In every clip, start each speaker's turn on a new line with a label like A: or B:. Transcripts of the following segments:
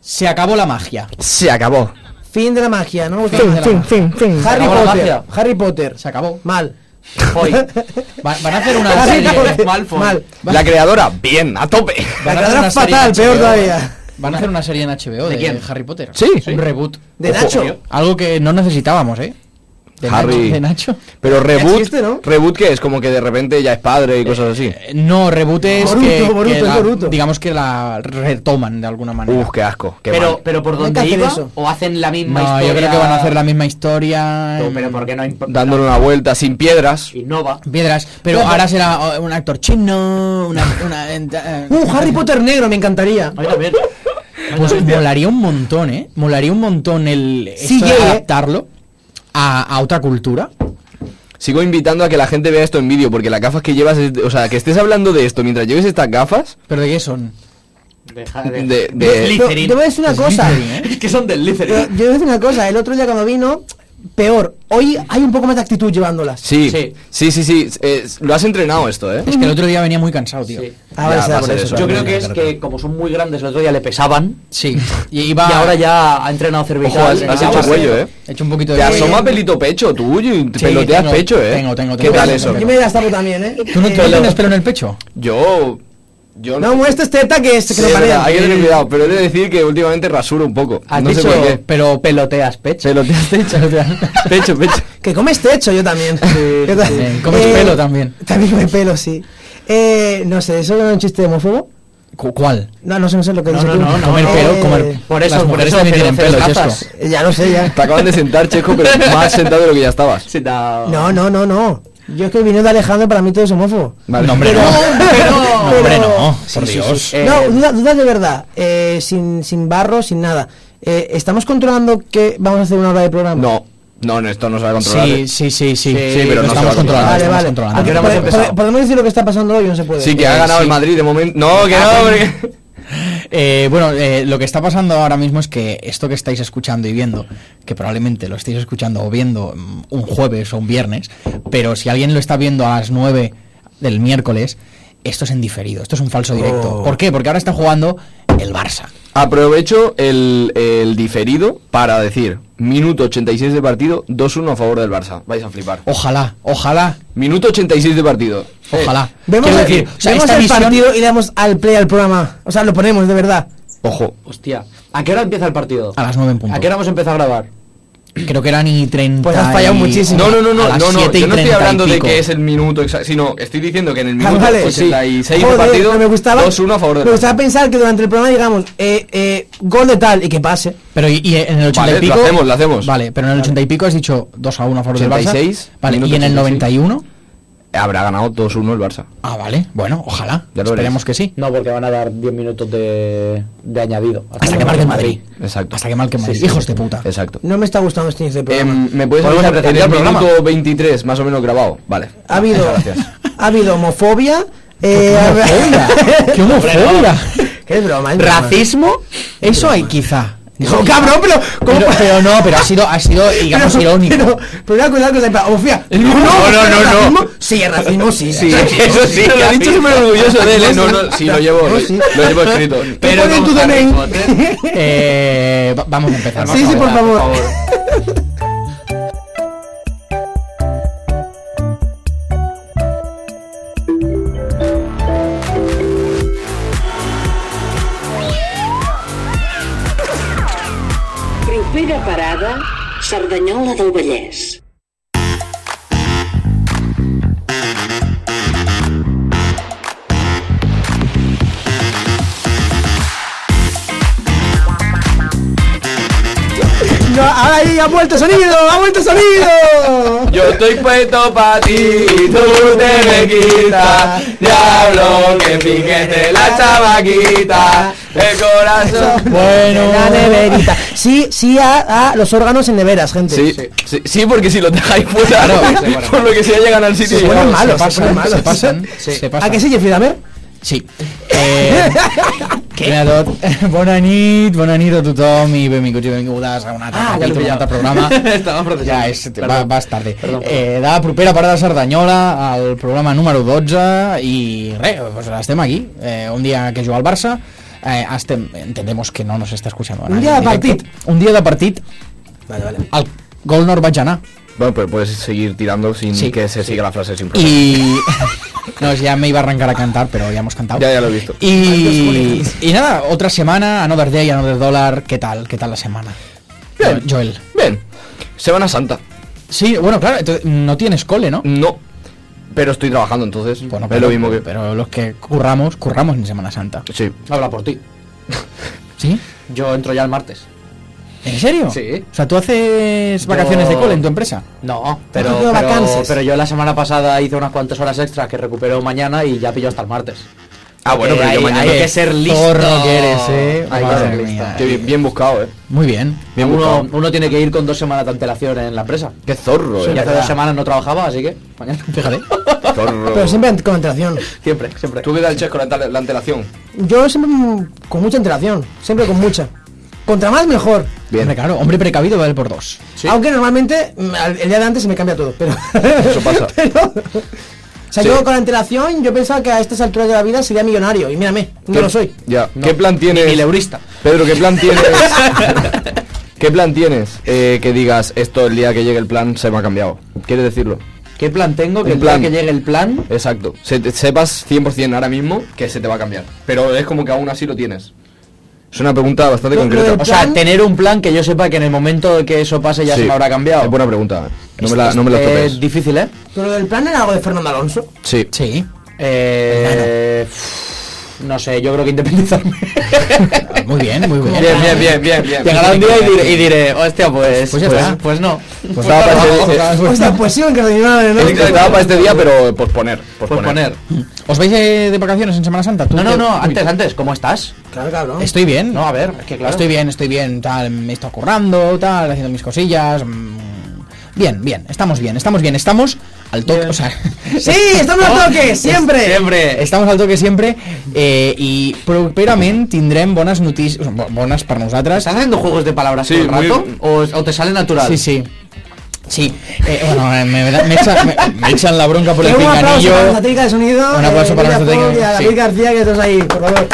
A: Se acabó la magia.
B: Se acabó.
C: Fin de la magia, no me gusta
B: Fin,
C: la
B: fin,
C: magia.
B: fin, fin.
C: Harry
A: acabó la
C: Potter.
A: magia.
C: Harry Potter.
A: Se acabó.
C: Mal.
A: Hoy. Va- van a hacer una
C: Harry
A: serie.
C: Potter.
D: Malfoy.
C: Mal.
B: La creadora, bien, a tope.
A: Van a
C: La
A: hacer
C: cadera
A: una serie
C: fatal,
A: en
C: peor
A: HBO.
C: todavía.
A: Van a hacer una serie en HBO de,
D: ¿De quién?
A: Harry Potter.
B: Sí.
A: Un reboot.
C: De
B: Ojo.
C: Nacho.
A: Algo que no necesitábamos, ¿eh? De
B: Harry.
A: Nacho- de Nacho.
B: Pero reboot,
C: existe, ¿no?
B: reboot que es como que de repente ya es padre y cosas así.
A: Eh, No, reboot es
C: Boruto,
A: que, que
C: Boruto,
A: la-
C: Boruto.
A: digamos que la retoman de alguna manera.
B: Uf, qué asco. Qué
D: pero,
B: mal.
D: pero por
C: No hay
D: dónde
C: que hacer
D: iba
C: eso.
D: o hacen la misma
A: no,
D: historia.
A: yo creo que van a hacer la misma historia.
D: No,
A: en-
D: pero ¿por qué no importa?
B: dándole una vuelta sin piedras.
D: Innova.
A: Piedras, pero
C: Bueno.
A: ahora será eh, un actor chino, una... una eh,
C: Uh, Harry Potter negro, me encantaría.
D: A mí también.
A: Pues molaría un montón, ¿eh? Molaría un montón el
C: Sí,
A: esto de
C: eh.
A: adaptarlo a, a otra cultura.
B: Sigo invitando a que la gente vea esto en vídeo, porque las gafas que llevas, es- o sea, que estés hablando de esto mientras lleves estas gafas,
A: ¿Pero de qué son?
D: Deja
B: De- de-
C: Yo, yo voy a decir una
A: Es
C: cosa.
A: Slytherin, ¿eh?
D: Es que son del
C: Yo, yo
D: Slytherin.
C: voy a decir una cosa. El otro día cuando vino, peor. Hoy hay un poco más de actitud llevándolas.
B: sí, sí,
D: Sí.
B: sí, sí, eh, lo has entrenado esto, ¿eh?
A: Es que el otro día venía muy cansado, tío.
D: Sí.
C: Ah, vale,
B: Ya,
C: será
B: va a
C: por
B: ser
C: eso.
B: eso.
D: Yo
C: será
D: creo
C: por
D: que
C: eso.
D: es que como son muy grandes, el otro día le pesaban.
A: Sí. Y iba...
D: Y ahora ya ha entrenado cervical.
B: Ojo, has, has
D: entrenado-
B: hecho cuello, ¿eh?
A: He hecho un poquito de...
B: Te asoma pelito pecho tuyo y te
A: Sí,
B: peloteas
A: tengo-
B: pecho, ¿eh?
A: tengo, tengo,
B: ¿Qué
A: tengo.
B: tal
A: Yo-
B: eso?
C: Yo me destapo también, ¿eh?
A: ¿Tú no
C: Eh,
A: tú no tienes pelo en el pecho?
B: Yo... Yo
C: No muestres teta que es que
B: Sí,
C: lo
B: es verdad,
C: parean.
B: hay que tener cuidado, pero he de decir que últimamente rasuro un poco.
D: Has
B: no
D: dicho,
B: sé por qué.
D: pero peloteas pecho.
B: Peloteas pecho. pecho, pecho.
C: Que comes techo yo también. Yo ta- Eh,
A: Bien, comes pelo también.
C: También comes pelo, sí. Eh, no sé, ¿eso no es un chiste homófobo?
A: ¿Cu- ¿Cuál?
C: No, no sé, no sé lo que
D: No,
C: dice
D: no,
C: tú.
D: no, no,
A: Comer
D: eh,
A: pelo, comer...
D: por eso-
A: Las
D: por
A: mujeres
D: eso
A: también tienen
D: hacer
A: pelo,
D: gafas.
A: Chesco.
C: Eh, Ya no sé, ya.
B: Te acaban de sentar, Checo, pero más sentado de lo que ya estabas.
D: Sí, da-
C: No, no, no, no. Yo es que el vino de Alejandro para mí todo es homófobo.
B: Vale.
A: No, hombre, no. No, hombre,
C: pero-
A: no.
C: Sí,
A: Por
C: sí, sí.
A: Dios.
D: Eh,
C: No, duda- dudas de verdad. Eh, sin, sin barro, sin nada. Eh, ¿Estamos controlando que vamos a hacer una hora de programa?
B: No, no, no, esto no se va a controlar.
A: Sí,
B: ¿eh?
A: sí, sí, sí.
B: Sí, pero
A: Lo
B: no se va
A: estamos
B: a controlar.
A: controlando.
C: Vale,
A: estamos
C: vale.
A: controlando.
C: Aquí
D: ¿A qué hora hemos
C: pode- pode-
D: empezado?
C: ¿Podemos decir lo que está pasando hoy o no se puede?
B: Sí, que ha ganado
A: sí.
B: el Madrid de momento. No, que no, porque...
A: Eh, bueno, eh, lo que está pasando ahora mismo es que esto que estáis escuchando y viendo, que probablemente lo estéis escuchando o viendo mm, un jueves o un viernes, pero si alguien lo está viendo a las 9 del miércoles, esto es en diferido, esto es un falso directo.
B: Oh.
A: ¿Por qué? Porque ahora está jugando el Barça.
B: Aprovecho el, el diferido para decir: minuto 86 de partido, 2-1 a favor del Barça. Vais a flipar.
A: Ojalá, ojalá,
B: Minuto 86 de partido. Eh,
A: ojalá.
C: Vemos
A: Quiero
C: el,
A: decir, o sea,
C: vemos
A: esta
C: el
A: visión-
C: partido y le damos al play al programa. O sea, lo ponemos, de verdad.
B: Ojo.
D: Hostia. ¿A qué hora empieza el partido?
A: A las 9 en punto.
D: ¿A qué hora hemos empezado a grabar?
A: Creo que eran y 30.
C: Pues has fallado
A: y-
C: muchísimo.
B: No, no, no,
A: a
B: no,
A: las
B: no, no.
A: 7 y
B: Yo no
A: 30 y
B: estoy hablando de
A: pico.
B: que es el minuto exacto, sino estoy diciendo que en el
C: Ah,
B: minuto
C: vale.
B: 86 de
C: Joder,
B: partido,
C: no me gustaba,
B: 2-1 a favor del
C: Me
B: Barça.
C: gustaba pensar que durante el programa digamos, eh, eh, gol de tal y que pase.
A: Pero y, y en el 80
B: Vale,
A: y pico.
B: lo hacemos, lo hacemos.
A: Vale, pero en el 80 y pico has dicho 2 a 1 a favor del Barça.
B: 86,
A: Vale, y
B: minuto
A: en el
B: 86.
A: 91.
B: Habrá ganado 2-1 el Barça.
A: Ah, vale. Bueno, ojalá.
B: Ya lo
A: Esperemos
B: veréis.
A: que sí.
D: No, porque van a dar 10 minutos de, de añadido.
A: Hasta que marque el Madrid.
B: Exacto.
A: Hasta que marque el Madrid.
D: Sí, sí.
A: Hijos de puta.
B: Exacto.
C: No me está gustando este inicio de
B: Em,
C: programa.
B: ¿Me puedes
D: Podemos
B: avisar en
D: apretar
B: el
D: el programa.
B: minuto 23, más o menos grabado? Vale.
C: ha habido,
B: Gracias.
C: ha habido homofobia. eh,
A: ¡Homofobia! ¡Qué homofobia!
C: ¿Qué es broma? es broma.
A: ¿Racismo? Eso hay quizá.
C: No, cabrón, pero. ¿cómo
A: Pero,
C: pa-
A: pero no, pero ha sido, ha sido digamos,
C: pero-
A: irónico.
C: Pero, pero una cosa, una cosa, en plan, homofobia.
B: No, no, no, no.
C: ¿Racismo? Sí, es racismo, sí. sí.
B: eso sí, lo he dicho súper orgulloso de él, ¿eh? No, no, sí, lo llevo,
C: No, sí.
B: lo llevo escrito.
C: Pero
B: Pero
C: pone en
B: no,
C: tu
B: Harry
C: DNI.
B: Potter.
A: Eh, va- vamos a empezar.
C: Sí, sí, por favor.
E: Propera parada, Cerdanyola del Vallès.
C: No, ahora ya ha vuelto sonido, ha vuelto sonido.
B: Yo estoy puesto para ti y tú te me quitas. Diablo, que piquete la chavaquita. El corazón.
A: Bueno.
C: La neverita. Sí, sí a, a los órganos en neveras, gente.
B: Sí, sí, sí, porque si lo dejáis fuera, por lo que sea, llegan al sitio.
C: Se ponen malos, se,
A: pasan,
C: ponen malos.
A: se pasan, se pasan.
C: ¿A que sí, Jeffrey Dahmer?
A: Sí. Eh, Bona tot. Bona nit, bona nit a tothom i benvinguts i benvingudes a un altre
D: Ah, ja l'he
A: capítol, un altre programa.
D: Estava processant.
A: Ja, és,
D: Perdó.
A: va, vas tarde.
D: Perdó, perdó.
A: Eh, de la propera part de Cerdanyola, al programa número 12, i res, doncs estem aquí. Eh, un dia que juga al Barça, eh, has tem- entendemos que no nos està escuchant ara
C: Un
A: en
C: dia de
A: directe.
C: partit.
A: Un dia de partit,
C: Vale, vale.
A: al Golnor vaig anar
B: Bueno, pero puedes seguir tirando sin
A: Sí,
B: que se siga la frase sin problema.
A: y... No, ya me iba a arrancar a cantar, pero ya hemos cantado.
B: Ya, ya lo he visto.
A: Y, y nada, otra semana, Another Day, Another Dollar. ¿Qué tal? ¿Qué tal la semana?
B: Bien.
A: Jo- Joel.
B: Bien, Semana Santa.
A: Sí, bueno, claro, entonces, no tienes cole, ¿no?
B: No, pero estoy trabajando entonces.
A: Bueno,
B: es lo mismo que.
A: Pero los que curramos, curramos en Semana Santa.
B: Sí.
D: Habla por ti.
A: ¿Sí?
D: Yo entro ya el martes.
A: ¿En serio?
D: Sí.
A: O sea, ¿tú haces vacaciones de cole en tu empresa?
D: No, pero,
C: haciendo
D: pero,
C: vacances.
D: pero yo la semana pasada hice unas cuantas horas extras que recupero mañana y ya pillo hasta el martes.
B: Ah, bueno,
D: Eh,
B: pero yo
D: hay-
B: mañana.
D: hay que ser listo.
A: Zorro que eres, eh.
D: Hay que
A: Madre
D: ser listo.
A: mía.
B: Qué bien, bien buscado, eh.
A: Muy bien.
B: Bien
D: Uno,
B: buscado.
D: uno tiene que ir con dos semanas de antelación en la empresa.
B: Qué zorro,
D: y
B: eh.
D: hace dos semanas no trabajaba, así que mañana.
A: Fíjate.
B: Zorro.
C: Pero siempre con antelación.
D: Siempre, siempre.
B: ¿Tú qué tal, Ches, con la, antela- la antelación?
C: Yo siempre mm, con mucha antelación. Siempre con mucha. Contra más, mejor.
A: Hombre, claro, hombre precavido vale por dos.
B: Sí.
C: Aunque normalmente mm, al- el día de antes se me cambia todo, pero.
B: Eso pasa.
C: pero- o sea,
B: Sí.
C: yo con antelación, yo pensaba que a estas alturas de la vida sería millonario. Y mírame, no
B: ¿Qué-
C: lo soy.
B: Ya. ¿Qué plan tienes?
D: Ni leurista.
B: Pedro, ¿qué plan tienes? ¿Qué plan tienes? Eh, que digas, esto el día que llegue el plan se me ha cambiado. ¿Quieres decirlo?
D: ¿Qué plan tengo? Que
B: Un
D: el día
B: plan.
D: que llegue el plan.
B: Exacto. Se te- sepas 100% ahora mismo que se te va a cambiar. Pero es como que aún así lo tienes. Es una pregunta bastante
C: Lo- lo
B: concreta.
C: del
D: O sea,
C: plan-
D: tener un plan que yo sepa que en el momento que eso pase ya
B: Sí.
D: se me habrá cambiado.
B: Es buena pregunta. eh. No me
F: Este,
B: la, no me la
D: Es-
B: toques.
D: Es difícil, ¿eh?
C: Pero lo del plan era algo de Fernando Alonso.
B: Sí.
A: Sí.
D: Eh, pff, no sé, yo creo que independizarme.
A: Muy bien, muy bien.
B: Bien, bien, bien, bien, bien.
D: Llegará un día y diré, y diré, hostia, pues.
A: Pues ya está.
D: pues no.
A: Pues
B: Estaba para
A: trabajo,
B: este-
A: trabajo.
C: O sea, pues sí, en Cardinal, ¿no?
B: este- estaba para este día, pero posponer.
D: Pues poner.
A: ¿Os vais eh, de vacaciones en Semana Santa? ¿Tú
D: No, no,
A: te-
D: no,
A: Uy,
D: antes, antes, ¿cómo estás?
C: Claro, cabrón.
A: Estoy bien.
D: No, a ver, es que claro.
A: Estoy bien, estoy bien, tal, me está currando, tal, haciendo mis cosillas. mm. Bien, bien, estamos bien, estamos bien, estamos al toque, o sea,
C: Sí, estamos al toque, siempre.
D: Siempre.
A: estamos al toque sempre eh, i properament tindrem bones notícies, bo- bones per nosaltres.
D: ¿Estás haciendo juegos de palabras
B: Sí,
D: todo el rato?
B: muy-
D: O, o te sale natural?
A: Sí, sí. Sí, eh, bueno, eh, me, da- me echa- me- me echan la bronca por el
C: Pero un aplauso
A: pinganillo.
C: para nuestra técnica de sonido.
A: Un aplauso
C: eh,
A: para
C: Lidia
A: nuestra técnica,
C: Pol Y a David
A: sí.
C: García, que estás ahí, por favor.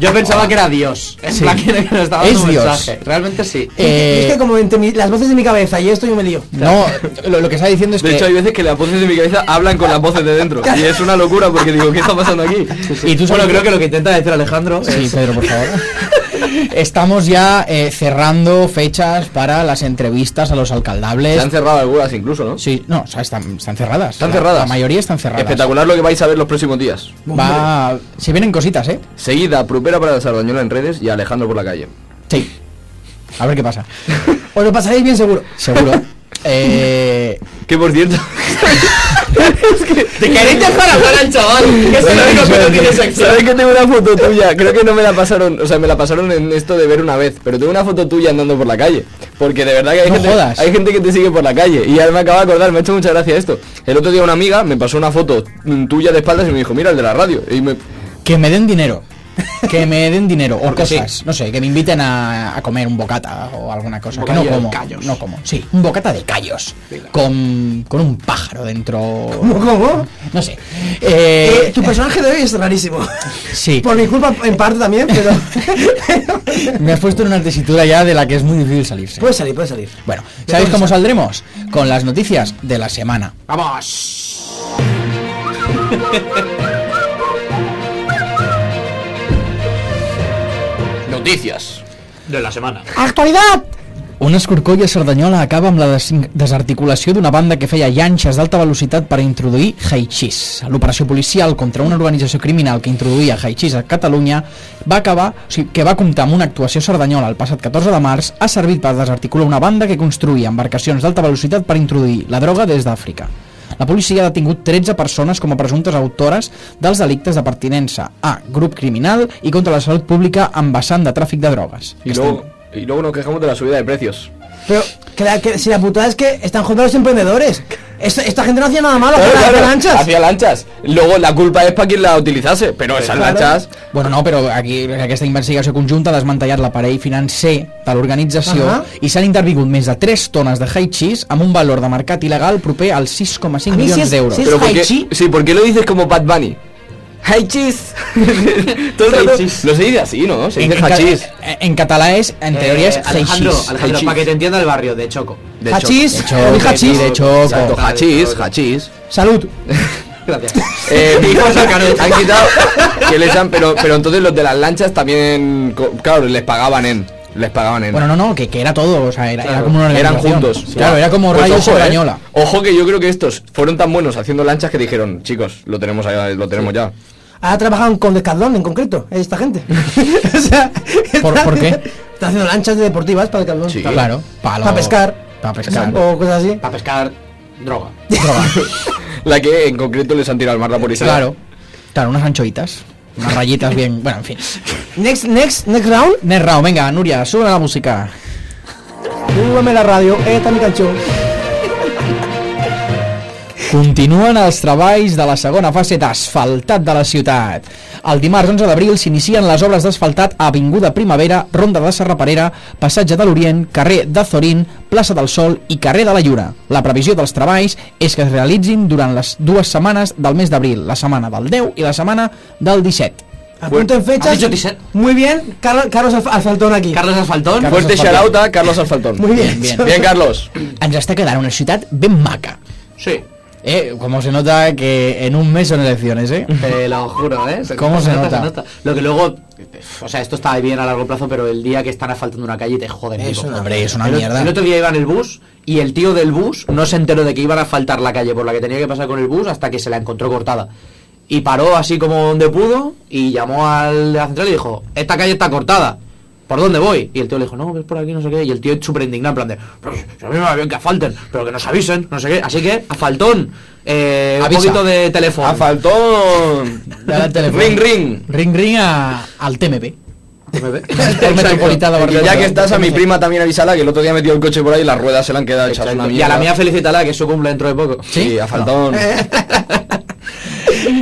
D: Yo pensaba que era Dios. En
A: Ah. Sí.
D: plan que nos estaba
A: Es
D: dando un
A: Dios.
D: mensaje. Realmente sí.
A: Eh,
C: es que como entre mi- las voces de mi cabeza y esto yo me lío.
A: No, lo, lo que está diciendo es
B: De
A: que...
B: hecho, hay veces que las voces de mi cabeza hablan con las voces de dentro. Y es una locura porque digo, ¿qué está pasando aquí?
A: Y
D: bueno,
A: tú sabes-
D: creo que lo que intenta decir Alejandro
A: Sí,
D: es...
A: Pedro, por favor. Estamos ya eh, cerrando fechas para las entrevistas a los
B: Se
A: alcaldables.
B: han cerrado algunas incluso, ¿no?
A: Sí, no, o sea, están, están cerradas.
B: Están
A: La-
B: cerradas.
A: La, mayoría están cerradas.
B: Espectacular lo que vais a ver los próximos días.
A: Va, se vienen cositas, ¿eh?
B: Seguida, Prupera para la Sardañola en redes y Alejandro por la calle.
A: Sí. A ver qué pasa.
C: Os lo pasaréis bien seguro.
A: Seguro. Eh,
B: Que por cierto.
D: ¡Te queréis dejar hablar al chaval! ¡Que es el único que no tiene sección!
B: Sabes que tengo una foto tuya. Creo que no me la pasaron. O sea, me la pasaron en esto de ver una vez. Pero tengo una foto tuya andando por la calle. Porque de verdad que hay,
A: No
B: gente,
A: jodas.
B: hay gente que te sigue por la calle. Y ahora me acabo de acordar, me ha hecho mucha gracia esto. El otro día una amiga me pasó una foto mm, tuya de espaldas y me dijo, mira el de la radio. Y me.
A: que me den dinero. Que me den dinero o
D: Porque
A: cosas, no sé, que me inviten a, a comer un bocata o alguna cosa, que no
D: Bocadillo de
A: como,
D: callos.
A: no como, sí, un bocata de callos, con, con un pájaro dentro,
C: ¿Cómo? cómo?
A: no sé,
C: Eh,
A: eh,
C: tu personaje de hoy es rarísimo.
A: sí,
C: Por mi culpa, en parte también, pero.
A: me has puesto en una tesitura ya de la que es muy difícil salirse.
C: puede salir, puede salir.
A: Bueno, ¿sabéis cómo saldremos? Con las noticias de la semana.
D: ¡Vamos!
B: Noticias.
D: De la semana.
C: ¡Actualidad!
A: Un escorcoll a Cerdanyola acaba amb la desin- desarticulació d'una banda que feia llanxes d'alta velocitat per introduir haixís. L'operació policial contra una organització criminal que introduïa haixís a Catalunya va acabar, o sigui, que va comptar amb una actuació a Cerdanyola el passat 14 de març, ha servit per desarticular una banda que construïa embarcacions d'alta velocitat per introduir la droga des d'Àfrica. La policia ha detingut 13 persones com a presumptes autores dels delictes de pertinença a grup criminal i contra la salut pública en vessant de tràfic de drogues.
B: Y luego, y luego nos quejamos de la subida de precios.
C: Pero, que la, que, si la putada es que están juntos los emprendedores. Esta, esta gente no hacía nada malo,
B: Claro,
C: hacía
B: claro,
C: lanchas.
B: Hacía lanchas. Luego la culpa es para quien la utilizase. Pero esas
C: Claro.
B: lanchas.
A: Bueno, no, però aquí aquesta investigació conjunta ha desmantellat l'aparell financer de l'organització
C: Ahà.
A: i s'han intervingut més de 3 tones de haichis amb un valor de mercat il·legal proper als 6,5
C: A mi si
A: milions
C: és-
A: d'euros.
C: si és-
B: Pero ¿por qué-
C: Haichi?
B: sí, ¿por qué lo dices como Bad Bunny?
D: ¡Hachís!
B: Todo el rato-
D: Hachís.
B: Lo se dice así, ¿no? Se
A: En,
B: dice
A: ca-
B: hachís.
A: en- en catalán es, en teoría es
F: Alejandro,
A: hachís.
F: Alejandro, para que te entienda el barrio, de Choco.
B: De
C: Hachís.
A: Eh, De
C: Hachís.
A: choco,
C: Dije
A: sí,
C: hachís.
A: de choco.
B: Exacto,
F: Vale,
B: hachís,
F: vale.
B: hachís.
C: Salud.
F: Gracias.
B: Eh, han quitado que les han, pero, pero entonces los de las lanchas también, co- claro, les pagaban en, les pagaban en.
A: Bueno, no, no, que, que era todo, o sea, era, era
F: Claro,
A: como una
B: eran
A: organización.
B: juntos.
A: Claro, era como
B: Pues
A: Rayos y
B: ojo, eh.
A: Cañola.
B: Ojo que yo creo que estos fueron tan buenos haciendo lanchas que dijeron, chicos, lo tenemos allá, lo tenemos ya.
C: Ahora trabajan con Decathlon en concreto, eh, esta gente. o sea,
A: ¿Por-
C: está-
A: por qué?
C: Está haciendo lanchas de deportivas para Decathlon.
B: Sí.
A: Claro, palo-
C: Para pescar.
A: Para pescar.
C: O cosas así.
F: Para pescar droga.
A: Droga.
B: La que en concreto les han tirado al mar la policía.
A: Claro. Claro, unas anchoitas. Unas rayitas bien. Bueno, en fin.
C: Next, next, next round.
A: Next round, venga, Nuria, sube la música.
C: Súbame la radio, esta es mi canción.
A: Continuen els treballs de la segona fase d'asfaltat de la ciutat. El dimarts 11 d'abril s'inicien les obres d'asfaltat a Avinguda Primavera, Ronda de Serraparera, Passatge de l'Orient, carrer de Zorín, plaça del Sol i carrer de la Lluna. La previsió dels treballs és que es realitzin durant les dues setmanes del mes d'abril, la setmana del 10 i la setmana del 17.
C: Apunten
F: ¿has
C: fechas.
F: dicho Tiset?
C: Muy bien, Carlos, Carlos Alf- Alfaltón aquí.
F: Carlos Asfaltón.
A: Carlos
B: Fuerte
A: Alfaltón.
B: shoutout a Carlos Alfaltón.
C: Muy bien.
A: Bien,
B: Bien, Carlos.
A: Ens està quedant una ciutat ben maca.
F: Sí.
A: Eh, como se nota que en un mes son elecciones, eh?
F: Te lo juro, ¿eh?
A: ¿Cómo se nota?
F: Lo que luego... O sea, esto está bien a largo plazo, pero el día que están asfaltando una calle te joden.
C: Es
F: vivo.
C: una
A: Hombre, es una
F: el, o-
A: mierda.
F: el otro día iba en el bus y el tío del bus no se enteró de que iban a faltar la calle por la que tenía que pasar con el bus hasta que se la encontró cortada. Y paró así como donde pudo y llamó al de la central y dijo, esta calle está cortada. ¿Por dónde voy? Y el tío le dijo, no, es por aquí, no sé qué. Y el tío súper indignado, en plan de, "Pero si- si a mí me va bien que asfalten, pero que nos avisen, no sé qué. Así que, asfaltón, eh, un
A: Avisa.
F: poquito de teléfono.
B: Alfaltón.
A: Dale al teléfono.
B: Ah, Ring, ring.
A: Ring, ring a, al TMP.
B: Exacto.
A: El Metropolitano de
B: Y
A: Barcelona.
B: ya que estás a mi prima también avisala que el otro día metió el coche por ahí y las ruedas se le han quedado hechas una
F: Y a
B: mierda.
F: la mía felicítala, que es su cumple dentro de poco.
B: Sí, Alfaltón.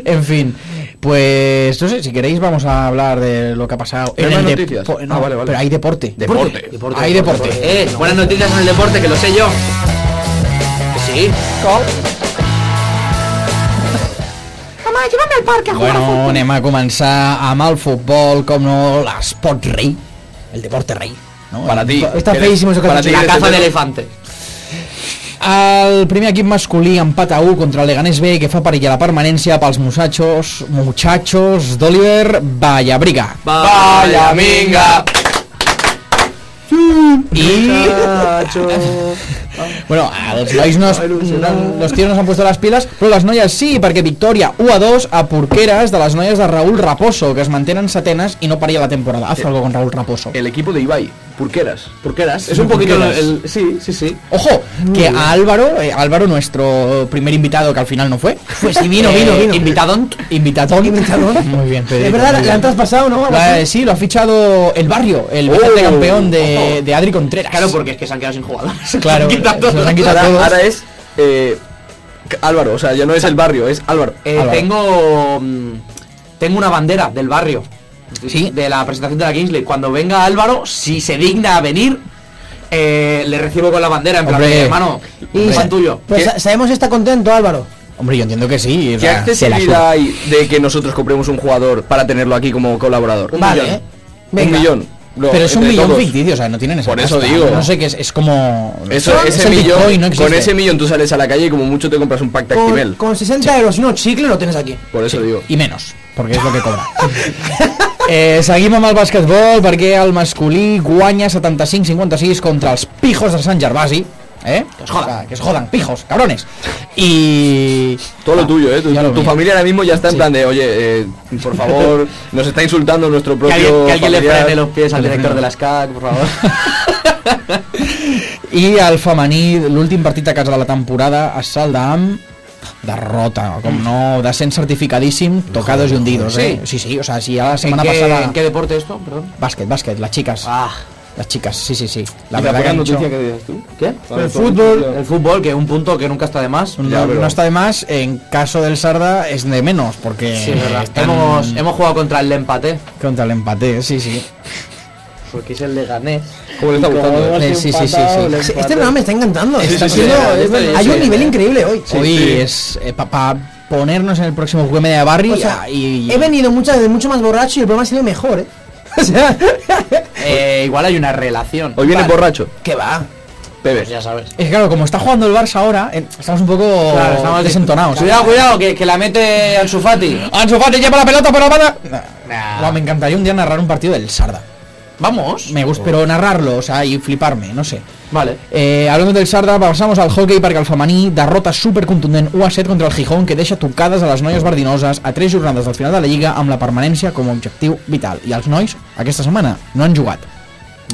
A: En fin, pues no sé, si queréis vamos a hablar de lo que ha pasado.
B: Pero
A: en
B: no hay
A: el dep-
B: noticias.
A: po- no,
B: Ah, vale, vale.
A: Pero hay deporte.
B: Deporte.
A: Hay deporte.
F: Eh, buenas noticias en el deporte, que lo sé yo. Sí.
A: Bueno, anem a començar amb el futbol, com no, l'esport rei, el deporte rei. No?
B: Para ti.
C: Está
B: Eres-
C: feísimo eso que
B: para
C: has
B: ti
C: dicho.
F: La
B: eres
F: caza
B: el
F: de
B: de-
F: elefante.
A: El primer equip masculí empata 1 contra el Leganés B que fa perillar la permanència pels muchachos, muchachos d'Oliver Vallabriga.
B: Vaya minga.
A: Y... bueno, els nois no, es, no, los tíos no s'han puesto les piles, però les noies sí, perquè victòria 1 a 2 a Porqueres de les noies de Raúl Raposo, que es mantenen setenes i no paria la temporada. Haz algo con Raúl Raposo.
B: El equipo de Ibai. Purqueras.
F: Porqueras. Es un poquito
B: Porqueras.
F: el, el- Sí, sí, sí.
A: Ojo, que a Álvaro, eh, Álvaro, nuestro primer invitado, que al final no fue, pues sí vino, vino, vino. Invitadón. Invitadón. Muy bien, Pedrito,
C: Es verdad,
A: muy
C: la
A: bien.
C: han traspasado, ¿no? Algo
A: La-
C: así.
A: sí, lo ha fichado el barrio, el bastante campeón de, de Adri Contreras.
F: Claro, porque es que se han quedado sin jugadores.
A: Claro,
F: Se han quitado
A: se los han
F: todos.
A: quitado
B: Ahora,
A: todos.
B: ahora es eh, Álvaro, o sea, ya no es el barrio, es Álvaro.
F: Eh,
A: Álvaro.
F: tengo. mm, Tengo una bandera del barrio.
A: Sí.
F: De la presentación de la Kingsley. Cuando venga Álvaro, si se digna a venir, eh, le recibo con la bandera. En plan,
A: Hombre.
F: "Eh, hermano,
C: Y
F: fan tuyo.
C: Pues
B: ¿Qué?
C: sa- sabemos que está contento, Álvaro.
A: Hombre, yo entiendo que sí. o
B: ¿Qué
A: sea, se la suda.
B: accesibilidad hay de que nosotros compremos un jugador para tenerlo aquí como colaborador? Un
C: Vale,
B: millón.
C: eh. Venga.
B: Un millón. Lo-
A: pero es un
B: entre
A: millón
B: todos.
A: ficticio, o sea, no tienen esa
B: Por eso
A: pasta.
B: digo.
A: No sé qué es, es como.
B: Eso,
A: es
B: ese
A: el
B: millón,
A: Bitcoin, no
B: con
A: existe.
B: ese millón tú sales a la calle y como mucho te compras un pack
C: Con,
B: tactivel.
C: con 60 euros y unos chicles lo tienes aquí.
B: Por eso digo.
A: I menos, perquè és el que cobra. Eh, seguim amb el basquetbol perquè el masculí guanya 75-56 contra els pijos de Sant Gervasi. Eh? Que es jodan, que es jodan, pijos, cabrones. I...
B: Todo
A: Ah,
B: lo tuyo, ¿eh? Tu,
A: ya lo
B: tu
A: mío.
B: familia ahora mismo ya está en
A: Sí.
B: plan de, oye, eh, por favor, nos está insultando nuestro
F: Que
B: propio.
F: alguien, que alguien le
B: familiar".
F: frene los pies al
A: Que le
F: director
A: frene.
F: de las CAC, por favor.
A: I el femení, l'últim partit a casa de la temporada, es salda amb derrota, com no, descens certificadíssim, tocados i hundidos, eh? Sí, sí, o sea, si ja la
F: ¿En
A: setmana
F: qué-
A: passada...
F: en qué deporte esto? Perdón.
A: Bàsquet, bàsquet, les xiques.
F: Ah.
A: Las chicas, sí, sí, sí. La
B: ¿Y
A: verdad que
B: buena
A: han hecho...
B: noticia que dices tú?
F: ¿Qué?
B: Vale,
C: El
B: todo
C: fútbol,
B: noticia.
F: El fútbol, que un punto que nunca está de más.
A: No,
B: Ya, pero-
A: no está de más, en caso del Sarda es de menos, porque
F: Sí, es verdad.
A: están
F: Hemos, hemos jugado contra el empate.
A: contra el empate, ¿eh? sí, sí.
F: Porque es el de Ganés.
B: ¿Cómo le está gustando? eh?
A: Sí, sí, sí, sí, sí.
B: este
C: Este programa me está encantando.
B: Sí,
C: Está
B: sí, sí,
C: siendo-
B: sí, sí, sí,
C: hay
B: sí.
C: un nivel increíble hoy.
A: Hoy
B: sí.
A: es eh, pa- pa- ponernos en el próximo juego media de Barry
C: O sea,
A: y,
C: he venido muchas veces mucho más borracho y el programa sale mejor, ¿eh? O sea,
F: Eh, igual hay una relación.
B: Hoy vienes borracho.
C: que va.
B: Bebes.
F: Ya sabes.
A: Es que claro, como está jugando el Barça ahora, eh, estamos un poco
F: Claro, estamos
A: desentonados. ¿eh?
F: Cuidado, cuidado, que, que la mete al Sufati.
A: Ansu Fati lleva la pelota por la banda. Nah.
F: Nah.
A: Guau, me encantaría un día narrar un partido del Sarda.
F: Vamos.
A: Me gusta, pero narrarlo, o sea, y fliparme, no sé.
F: Vale.
A: Eh, hablando del Sarda, pasamos al hockey perquè el femení derrota supercontundent 1 a 7 contra el Gijón que deixa tocades a les noies verdinoses a 3 jornades del final de la Lliga amb la permanència com a objectiu vital. I els nois, aquesta setmana, no han jugat.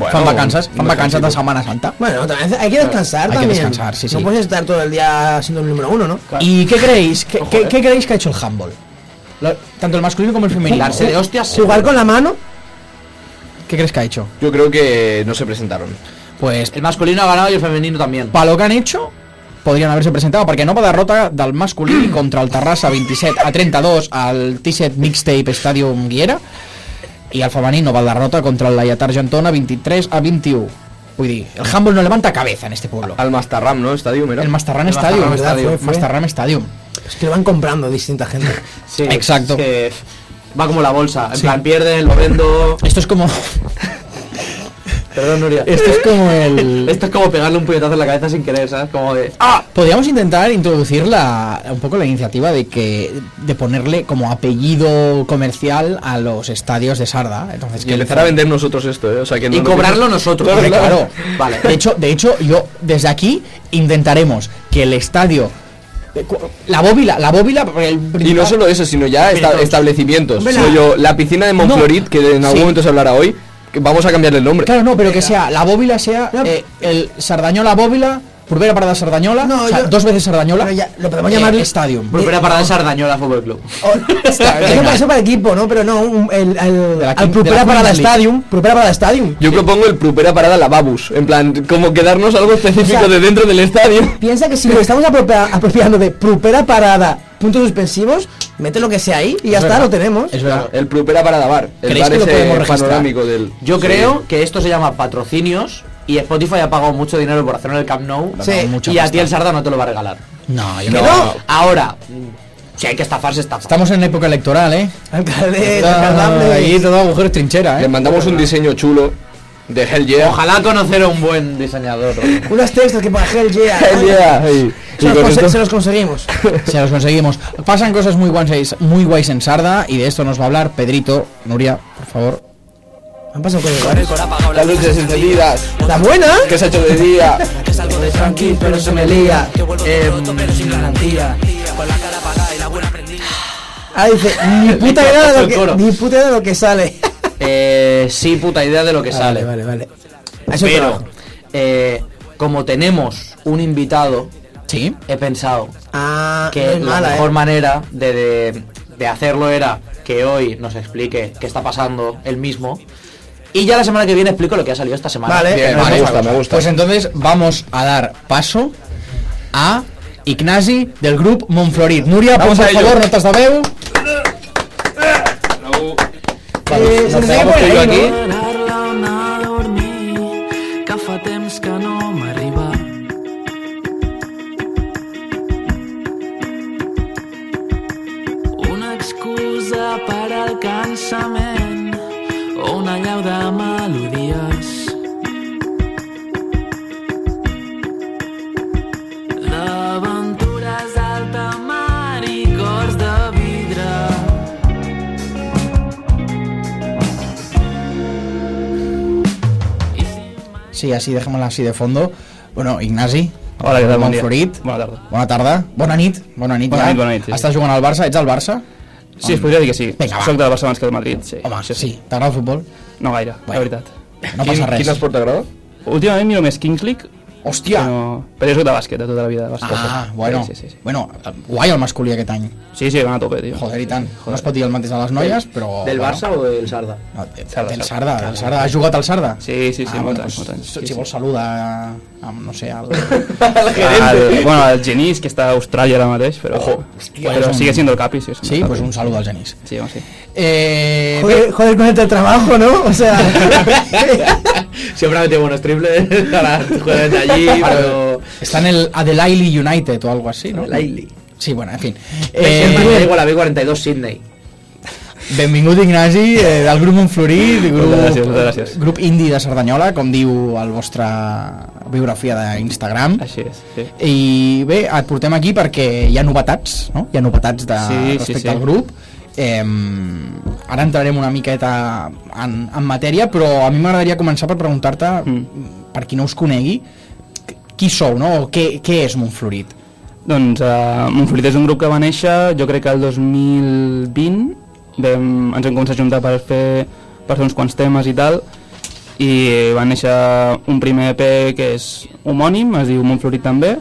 B: Bueno,
A: fan vacances,
B: un
A: fan vacances de
B: descansito.
A: Setmana Santa.
C: Bueno, también hay que descansar
A: Hay que
C: también.
A: descansar, sí, sí.
C: No puedes estar todo el día siendo el número uno, ¿no?
A: ¿Y qué creéis? ¿Qué,
F: eh.
A: qué- qué creéis que ha hecho el handball? Lo- tanto el masculino como el femenino.
F: Darse de hostias.
C: Jugar con la mano.
A: ¿Qué crees que ha hecho?
B: Yo creo que no se presentaron.
A: Pues
F: El masculino ha ganado y el femenino también.
A: para lo que han hecho podrien haver-se presentat perquè no va derrota del masculí contra el Terrassa 27 a 32 al T-set Mixtape Stadium Guiera i el femení no va derrota contra el Laiatar Argentona 23 a 21 vull dir, el handball no levanta cabeza en este pueblo
B: Al Mastarram, ¿no? Estadio, mira.
A: el Mastarrán
F: El
A: Stadium
F: Mastarrán
C: Stadium.
A: Fue, fue. Mastarrán Stadium
C: Es que lo van comprando distinta gente.
F: Sí,
A: Exacto.
F: es que va como la bolsa. En plan, pierden, lo vendo.
A: esto es como
F: Perdón, Nuria.
A: esto es como el
F: Esto es como pegarle un puñetazo en la cabeza sin querer, ¿sabes? Como de. ¡Ah!
A: Podríamos intentar introducir la, un poco la iniciativa de que de ponerle como apellido comercial a los estadios de Sarda. Entonces,
B: Y
A: que
B: empezar a vender nosotros esto, ¿eh? O sea, que no
F: Y
B: lo
F: cobrarlo
B: pienso.
F: nosotros.
A: Hombre, claro.
F: Vale.
A: De hecho, de hecho, yo desde aquí intentaremos que el estadio eh, cu- la bóvila, la bóvila porque el
B: Y no
A: principal-
B: solo eso, sino ya esta-
F: Pero-
B: establecimientos.
A: Hombre,
B: Soy
A: la-
B: yo, la piscina de Monflorid,
A: No.
B: que en algún
A: Sí.
B: momento se hablará hoy, que vamos a cambiarle el nombre.
A: Claro, no, pero que sea la bóvila sea
C: No.
A: eh, el Sardañola Bóvila, Purvera Parada Sardañola,
C: No,
A: o sea,
C: yo-
A: dos veces Sardañola.
C: Pero ya, lo podemos
A: eh,
C: llamar
A: Stadium.
F: Volver a parar en Sardañola Fútbol Club.
C: O- Eso para, eso para equipo, ¿no? Pero no, un- el,
A: De
C: el,
A: la
C: al
A: King-
C: Propera
A: de la
C: para la
A: Kings League.
C: Stadium. Propera para la Stadium.
B: Yo propongo el Prupera Parada Lavabus. En plan, como quedarnos algo específico
C: O sea-
B: de dentro del estadio.
C: Piensa que si lo estamos apropia- apropiando de Propera parada, puntos suspensivos, mete lo que sea ahí y ya
A: Es
C: está,
A: verdad.
C: lo tenemos.
A: Es verdad.
B: El Prupera Parada Bar. El
A: ¿Creéis
B: bar
A: que lo podemos
B: ese
A: registrar?
B: panorámico del...
F: Yo
B: Sí.
F: creo que esto se llama patrocinios y Spotify ha pagado mucho dinero por hacerlo en el Camp Nou.
C: Sí.
A: No, mucha
F: Y a ti
A: pasta.
F: el Sarda no te lo va a regalar.
A: No, yo
B: No.
A: creo-
F: Ahora, mm, si hay que estafarse, estafa.
A: Estamos en época electoral, ¿eh?
C: Alcalde,
A: Ah, Ahí
C: alcalde.
A: todo agujero es trinchera,
B: Le
A: ¿eh?
B: mandamos un diseño chulo de Hell Yeah.
F: Ojalá conocer a un buen diseñador.
C: Unas textas que para Hell yeah.
B: Hell Yeah. Y-
C: Se
B: y
C: los,
B: con
C: conse-
B: esto-
C: se los conseguimos.
A: Si los conseguimos. Pasan cosas muy guays, muy guays en Sarda y de esto nos va a hablar Pedrito. Nuria, por favor.
C: Han pasado cosas raras.
B: Las luces encendidas.
C: La buena.
B: Que se ha hecho de día.
C: Tranquilo, pero se me lía.
F: Em,
C: Ah, dice, ni puta idea de lo
F: El coro.
C: que, ni puta idea de lo que sale.
F: Eh, sí, puta idea de lo que sale.
C: vale, vale.
F: Pero, eh, como tenemos un invitado,
A: Sí.
F: he pensado
C: Ah,
F: que
C: no es
F: la
C: mala,
F: mejor
C: eh.
F: manera de, de- de hacerlo era que hoy nos explique qué está pasando él mismo. Y ya la semana que viene explico lo que ha salido esta semana.
C: Vale.
B: Bien,
A: Vale,
B: me gusta, me gusta.
A: Pues entonces vamos a dar paso a Ignasi del grupo Monflorid. Nuria, pon,
B: Vamos a
A: por
B: ello.
A: favor, notas de veu.
C: Eh, se
B: Nos
C: tendría que
B: quedamos tú
C: poner
B: y yo
C: ahí,
B: aquí.
C: ¿no?
G: Esperar-la anar a dormir que fa temps que no m'arriba una excusa per al cansament o una llau de melodies d'aventures d'alta mar i cors de vidre
A: Sí, así, déjamela así de fondo. Bueno, Ignasi.
H: Hola, què tal? Bon dia.
A: Monflorid.
H: Bona tarda.
A: Bona tarda. Bona nit. Bona nit,
H: Bona
A: ja.
H: nit, bona nit, sí, sí.
A: Estàs jugant al Barça? Ets al Barça?
H: Sí, es podria dir que sí.
A: Vinga, va.
H: Soc de la Barça abans que del Madrid, sí.
A: Home,
H: sí,
A: sí. T'agrada el futbol?
H: No gaire,
A: Bueno.
H: la veritat.
A: No passa res.
B: Quin esport t'agrada?
H: Últimament miro més Kings League,
A: Hòstia!
H: però, però jo soc de bàsquet de tota la vida. de bàsquet.
A: Ah, bueno.
H: Sí, sí, sí.
A: Bueno, eh, guai el masculí aquest any.
H: Sí, sí, van a tope, tio.
A: Joder, i tant. No es pot dir el mateix a les noies, però...
F: ¿Del
A: bueno.
F: Barça o del Sarda?
A: No, de-
H: Sarda,
A: del
H: Sarda.
A: Sarda, del Sarda. Has jugat al Sarda?
H: Sí, sí, sí, molts
A: bueno,
H: anys, molts anys.
A: doncs,
H: Sí,
A: si
H: sí.
A: vols saluda amb, no sé, al...
H: El, bueno, el Genís, que està a Austràlia ara mateix, però...
B: Ojo.
A: és
H: però
A: un-
H: sigue siendo el capi, sí. és un
A: Sí,
H: capi.
A: pues un saludo al Genís.
H: Sí, home, sí.
A: Eh,
C: Joder, joder con este trabajo, ¿no? O sea,
F: Siempre metido buenos triples para jugadores de allí,
B: Eh,
A: Está en el Adelaide United o algo así, ¿no?
F: Laili.
A: Sí, bueno, en fin.
F: Eh,
A: Eh,
F: igual a B42 Sydney.
A: Benvingut Ignasi, eh, del grup Montflorí, grup,
H: Moltes gràcies, moltes gràcies.
A: grup indi de Cerdanyola, com diu el vostre biografia d'Instagram.
H: Així és, sí.
A: I bé, et portem aquí perquè hi ha novetats, no? Hi ha novetats de,
H: Sí, sí,
A: respecte
H: sí.
A: al grup. Eh, ara entrarem una miqueta en, en matèria, però a mi m'agradaria començar per preguntar-te, per qui no us conegui, qui sou, no? O què, què és Montflorit?
H: Doncs uh, Montflorit és un grup que va néixer, jo crec que el 2020, vam, ens hem començat a juntar per fer, per fer uns quants temes i tal, i va néixer un primer EP que és homònim, es diu Montflorit també,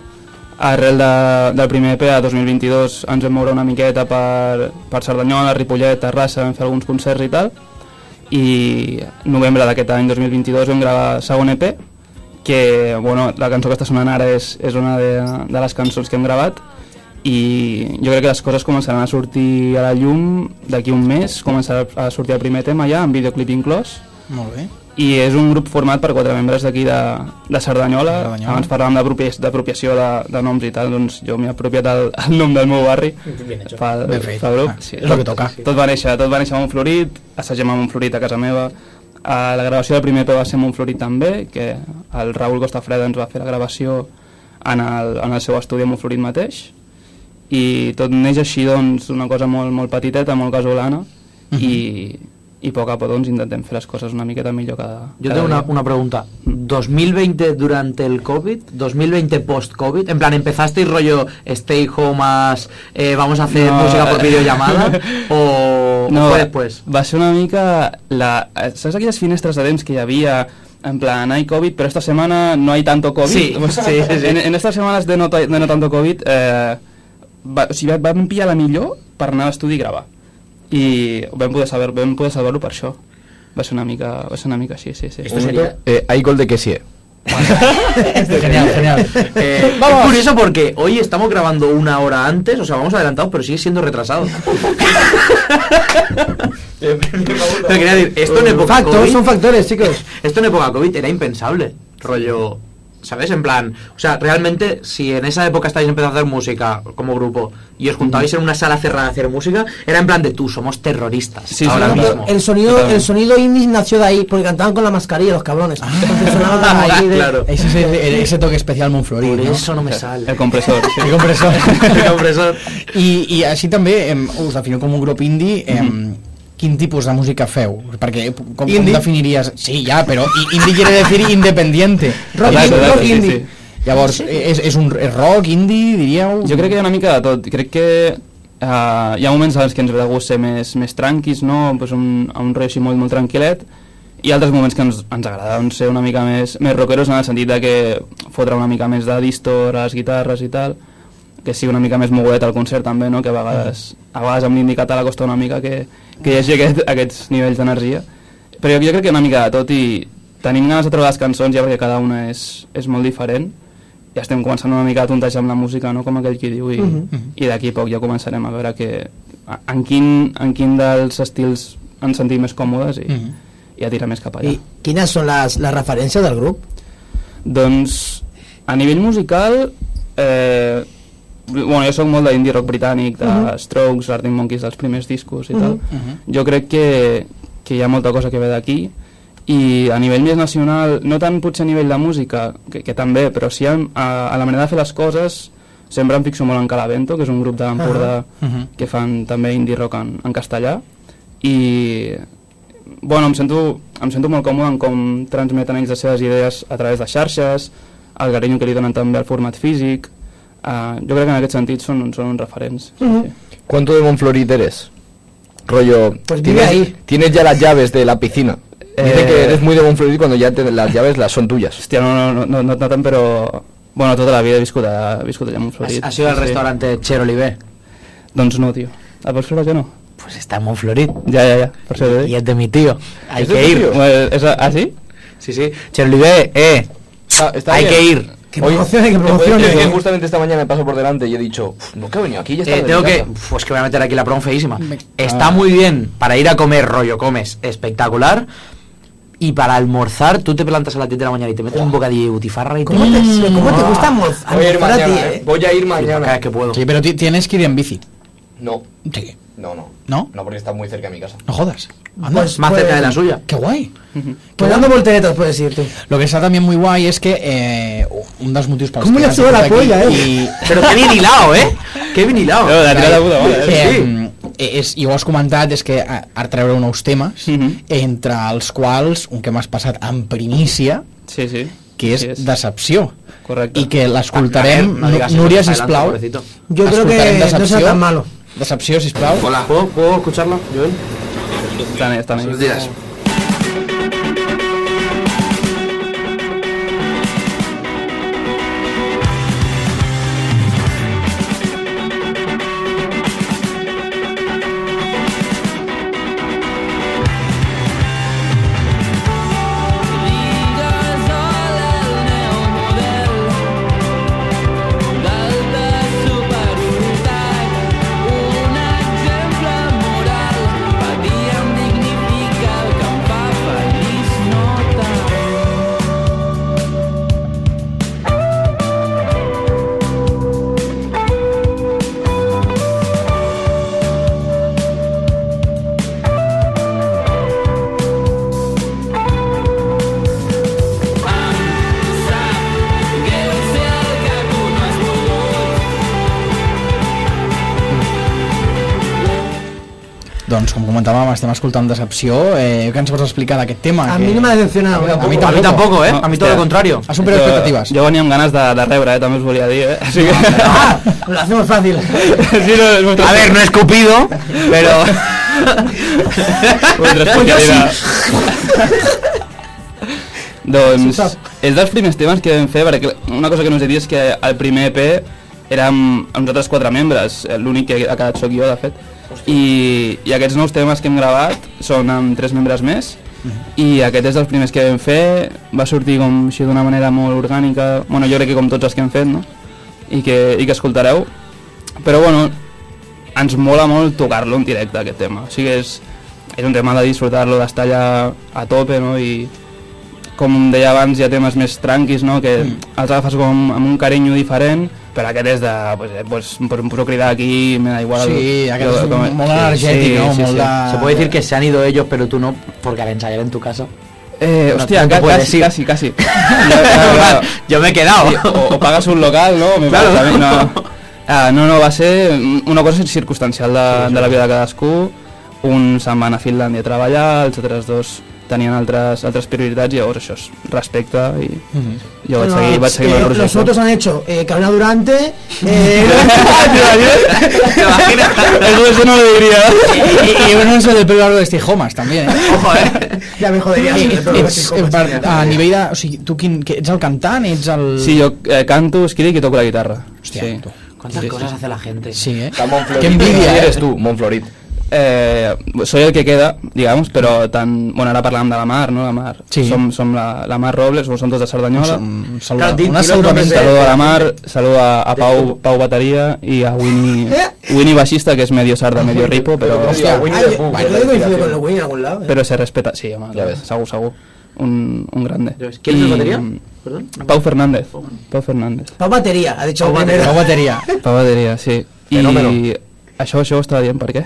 H: arrel de, del primer EP a 2022 ens vam moure una miqueta per, per Cerdanyola, Ripollet, Terrassa, vam fer alguns concerts i tal, i novembre d'aquest any 2022 vam gravar segon EP que bueno, la cançó que està sonant ara és, és una de, de les cançons que hem gravat i jo crec que les coses començaran a sortir a la llum d'aquí un mes, començarà a sortir el primer tema ja, amb videoclip inclòs
A: Molt bé.
H: i és un grup format per quatre membres d'aquí de, de Cerdanyola.
A: Cerdanyola.
H: abans parlàvem d'apropi- d'apropiació de, de noms i tal, doncs jo m'he apropiat el, el nom del meu barri pel,
A: Ben fet.
H: pel grup
A: Ah, és el que toca.
H: tot va néixer, tot va néixer a Montflorit, assagem a Montflorit a casa meva, a la gravació del primer EP va ser a Montflorit també, que el Raül Costafreda ens va fer la gravació en el, en el seu estudi a Montflorit mateix, i tot neix així, doncs, una cosa molt, molt petiteta, molt casolana,
F: Mhm.
H: i, i a poc a poc doncs, intentem fer les coses una miqueta millor cada,
F: Yo
H: cada
F: tengo una,
H: dia.
F: una pregunta. 2020 durante el COVID, 2020 post-COVID, en plan, ¿empezasteis rollo stay home más eh, vamos a hacer
H: No.
F: música por videollamada? ¿O o fue después?
H: va ser una mica... La, eh, saps aquelles finestres de temps que hi havia en plan, hay COVID, pero esta semana no hay tanto COVID?
F: Sí,
H: Pues,
F: sí, sí, sí.
H: En, en estas semanas de no, ta- de no tanto COVID, eh, va, o sigui, vam pillar la millor per anar a l'estudi i gravar. I vam poder saber vam poder saber-ho per això. Va ser una mica, va ser una mica així, sí, sí.
F: Esto sería...
B: Eh, hay gol de que sí.
A: Genial, genial.
F: Eh, Es curioso porque hoy estamos grabando una hora antes, o sea, vamos adelantados, pero sigue siendo retrasado. Pero quería decir, esto en época
C: Factors,
F: COVID,
C: son factores, chicos.
F: esto en época COVID era impensable, rollo, ¿sabes? En plan, o sea, realmente si en esa época estáis empezando a hacer música como grupo y os juntabais en una sala cerrada a hacer música, era en plan de tú, somos terroristas
H: Sí, sí,
F: ahora
H: claro.
F: mismo.
C: El sonido, el sonido indie nació de ahí, porque cantaban con la mascarilla los cabrones. Entonces sonaba tan ahí de-
F: Ah. Claro.
A: Ese, és el- ese toque especial Montflorit,
F: Por
A: no?
F: eso no me sale.
H: El compresor. Sí.
A: El compressor.
F: El compresor.
A: I, I així també em, us definiu com un grup indie. Em, Quin tipus de música feu? Perquè eh, com, com
C: Indie.
A: definiries... Sí, ja, però i- indie quiere decir independiente.
C: Rock
H: Exacte,
C: indie,
H: exacte,
C: rock
H: sí,
C: indie.
H: sí.
A: Llavors, eh, és, és un és rock, indie, diríeu?
H: Jo crec que hi ha una mica de tot. Crec que uh, hi ha moments en els que ens ve de gust ser més, més tranquis, no? Pues un, un rei així molt, molt tranquil·let, i altres moments que ens, ens agrada doncs, ser una mica més, més rockeros en el sentit de que fotre una mica més de distor a les guitarres i tal, que sigui una mica més mogudet al concert també, no? que a vegades, a vegades amb l'indi català costa una mica que, que hi hagi aquest, aquests nivells d'energia. Però jo, jo crec que una mica de tot i tenim ganes de trobar les cançons ja perquè cada una és, és molt diferent ja estem començant una mica a tontejar amb la música, no? com aquell qui diu, i, i d'aquí a poc ja començarem a veure que, a- en, quin, en quin dels estils ens sentim més còmodes i,
A: Mhm.
H: i a tirar més cap allà.
C: ¿Y quiénes son las, las referencias del grupo?
H: Doncs, a nivell musical, eh, bueno, jo sóc molt d'indie rock britànic, de Strokes, Arctic Monkeys, dels primers discos i tal. Jo crec que, que hi ha molta cosa que ve d'aquí, i a nivell més nacional, no tant potser a nivell de música, que, que també, però sí a, a, a la manera de fer les coses, sempre em fixo molt en Calavento, que és un grup d'Empordà
A: Mhm.
H: que fan també indie rock en, en castellà, i bueno, em sento, em sento molt còmode en com transmeten ells les seves idees a través de xarxes, el carinyo que li donen també al format físic, uh, jo crec que en aquest sentit són, són uns referents. Sí,
F: Mhm.
H: sí.
B: ¿Cuánto de Monflorit eres? Rollo,
C: Pues vive
B: tienes,
C: ahí.
B: tienes ya las llaves de la piscina. Dice
H: Eh,
B: que eres muy de Monflorit cuando ya te- las llaves las son tuyas.
H: Hòstia, no, no, no, no, no tant, però... Bueno, tota la vida he viscut, a, he viscut allà a Montflorit.
F: ¿Has, has ido al
H: Sí.
F: restaurante Cher Olivé?
H: Doncs no, tio. A Barcelona ja no.
F: Pues está en Montflorit
H: Ja, ja, ja. Per això t'ho
F: y
H: dic.
F: es de mi tío. Hay
H: És de
F: que
H: tu,
F: ir.
H: tio? Bueno, és a, ah, sí?
F: Sí, sí. Cher Olivé, eh. Hay que ir.
C: Que
B: Oye,
C: promocione, que
B: ¿te puedes
C: promocione.
B: creer que justamente esta mañana me paso por delante y he dicho, "Uf, no que he venido aquí, ya está.
F: Eh,
B: en
F: tengo
B: mi
F: que.
B: casa".
F: Pues que voy a meter aquí la promo feísima. Está muy bien para ir a comer rollo, comes espectacular. y para almorzar tú te plantas a las 10 de la mañana y te metes un bocadillo de butifarra y
C: ¿Cómo
F: te...
C: te, cómo te gusta almorz-
B: Voy a ir
C: almorzar a ti,
B: mañana, ¿eh?
C: eh?
B: Voy a ir
F: Cada
B: mañana.
F: vez que puedo.
A: Sí, pero ti- tienes que ir en bici.
B: No,
A: Sí.
B: no, no.
A: ¿No?
B: No, porque está muy cerca de mi casa.
A: No jodas. Anda.
C: Pues-
F: Más cerca de la suya.
A: Qué guay.
C: Pues dando volteretas puedes ir tú.
A: Lo que está también muy guay es que eh, un dos motivos para
C: ¿Cómo
A: los
C: le
A: que
C: suda la
A: estás aquí
C: polla, eh?
A: i-
F: Pero qué bien hilado, ¿eh? Qué bien hilado.
H: Claro, la tirada puta, vale.
A: Eh, és, i ho has comentat és que ha- ara treure uns temes
H: Mhm.
A: entre els quals un que m'has passat en primícia
H: Sí, sí.
A: que és
H: Sí,
A: decepció
H: Correcte.
A: i que l'escoltarem
F: No digas eso,
A: Núria
F: adelante,
A: sisplau
F: pobrecito.
C: Yo creo que
A: escoltarem
C: no será
A: Decepció.
C: tan malo.
A: Decepció sisplau
B: Hola,
F: ¿Puedo, ¿Puedo escucharla, Joel?
H: Estan, estan
B: buenos
H: ahí.
B: días.
G: Digues hola al meu model d'alta superioritat Un exemple moral Patir em dignifica el que em fa feliç no tant Greu ser el que tu no has volgut
A: doncs com comentàvem estem escoltant Decepció eh, què ens pots explicar d'aquest tema?
C: A
A: Que-
C: mí no me ha decepcionado. ¿eh?
A: A mí
F: A mí tampoco, ¿eh?
H: No,
F: a mí todo
H: hostia.
F: lo contrario.
A: ha superat expectatives
H: Jo venia amb ganes de, de rebre, eh? també us volia dir, eh? Així que...
C: Ah, lo hacemos fácil.
H: sí, no, és vostra...
F: A ver, no he escupido, pero...
H: vostra especialitat. doncs, és dels primers temes que vam fer, perquè una cosa que no us he dit és que el primer EP érem nosaltres quatre membres, eh, l'únic que ha quedat sóc jo, de fet, i, i aquests nous temes que hem gravat són amb tres membres més, i aquest és dels primers que vam fer, va sortir com així d'una manera molt orgànica, bueno, jo crec que com tots els que hem fet, no? I que, i que escoltareu, però bueno, ens mola molt tocar-lo en directe, aquest tema. O sigui, és, és un tema de disfrutar-lo, d'estar allà a tope, no? I com deia abans, hi ha temes més tranquis, no? Que els agafes com amb un carinyo diferent, però aquest és de... Pues, eh, pues, pues em poso a cridar aquí, me da igual...
A: Sí, aquest
H: Jo-
A: és
H: com-
A: molt energètic, no? Molt de-
F: Se puede decir que se han ido ellos, pero tú no, porque al ensayar en tu casa...
H: Eh,
F: No,
H: hostia,
F: no te
H: ca-
F: puedes
H: casi,
F: ir.
H: casi, casi, Claro, claro, claro.
F: Yo me he quedado.
H: Sí, o, o pagas un local, ¿no? Me
F: Claro.
H: parece a mí, no. Ah, no, no, va ser una cosa circumstancial de, de la vida de cadascú. Un se'n va anar a Finlàndia a treballar, els altres dos tenien altres, altres prioritats, llavors això és respecte i jo vaig
C: Bueno,
H: seguir, vaig
C: eh,
H: seguir amb el
C: los otros
H: projecte.
C: han hecho eh, Carolina Durante. Eh,
F: ¿Te imaginas?
H: Eso, eso no lo diría.
A: i, i un uso del pelo largo de estijomas també eh?
F: Ojo, eh.
C: ya me joderías.
A: I,
C: si me preguntas
A: ets,
C: si comes.
A: per, a nivell de... O sigui, tu quin, que ets el cantant? Ets el...
H: Sí, jo eh, canto, escric i toco la guitarra.
A: Hòstia,
H: sí.
A: tu.
F: ¿Cuántas cosas hace la gente?
A: Sí, eh?
B: Está Monflorit.
A: Que envidia, eh?
B: eres tú, Monflorit.
H: Eh, soy el que queda, digamos, però tant... Bueno, ara parlàvem de la Mar, no? La Mar.
A: Sí.
H: Som, som la, la Mar Robles, som tots de Cerdanyola.
A: Un saludo,
F: Claro, di-
A: una
F: di los nombres
A: saludamenta.
F: de-
H: Saludo a la Mar, saludo a, a Pau, Pau Batería y a Winnie,
F: ¿Eh?
H: Winnie Basista, que es medio sarda, medio ripo, pero,
B: Hostia,
C: Ah,
B: Winnie the
C: yo,
B: Pooh,
C: yo he coincidido con el Wii en algún lado. eh.
H: pero se respeta. Sí, home,
B: Ya ves.
H: Sagu, Sagu, un, un grande.
F: ¿Quién es
H: Y,
F: la batería?
H: mm,
F: Perdón.
H: Pau Fernández. Pau Fernández.
C: Pa batería, ha dicho primero.
A: La batería.
H: Pau Batería, sí. I
F: Fenómeno.
H: això, això ho estava dient, per què?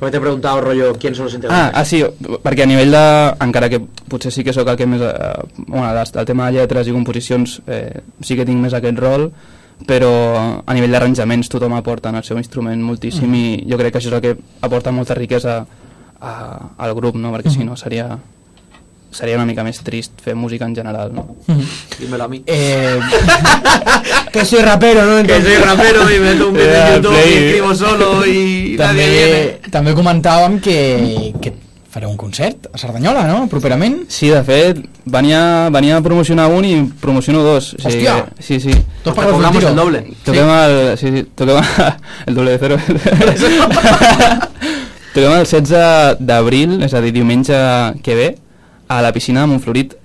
F: Porque te he preguntado, rollo, quién son los
H: Ah,
F: integrantes.
H: ah, sí, perquè a nivell de... Encara que potser sí que sóc el que més... Eh, bueno, des- del tema de lletres i composicions eh, sí que tinc més aquest rol, però a nivell d'arranjaments tothom aporta en el seu instrument moltíssim mm. i jo crec que això és el que aporta molta riquesa a, al grup, no? Perquè si no seria seria una mica més trist fer música en general, no?
F: Dímelo a mí.
A: Eh,
C: Que soy rapero, ¿no?
F: Que soy rapero y me meto un vídeo
H: Eh,
F: en YouTube
H: play.
F: y escribo solo y nadie
A: també,
F: viene.
A: també comentàvem que, que fareu un concert a Cerdanyola, no? Properament.
H: Sí, de fet, venia, venia a promocionar un i promociono dos. O sigui,
A: Hòstia!
H: que- sí, sí.
A: Dos
F: Te
A: pagos un
F: cobramos
A: tiro.
F: el doble.
H: Toquem el... Sí, sí, toquem el doble de cero. toquem el 16 d'abril, és a dir, diumenge que ve, a la piscina de Montflorit.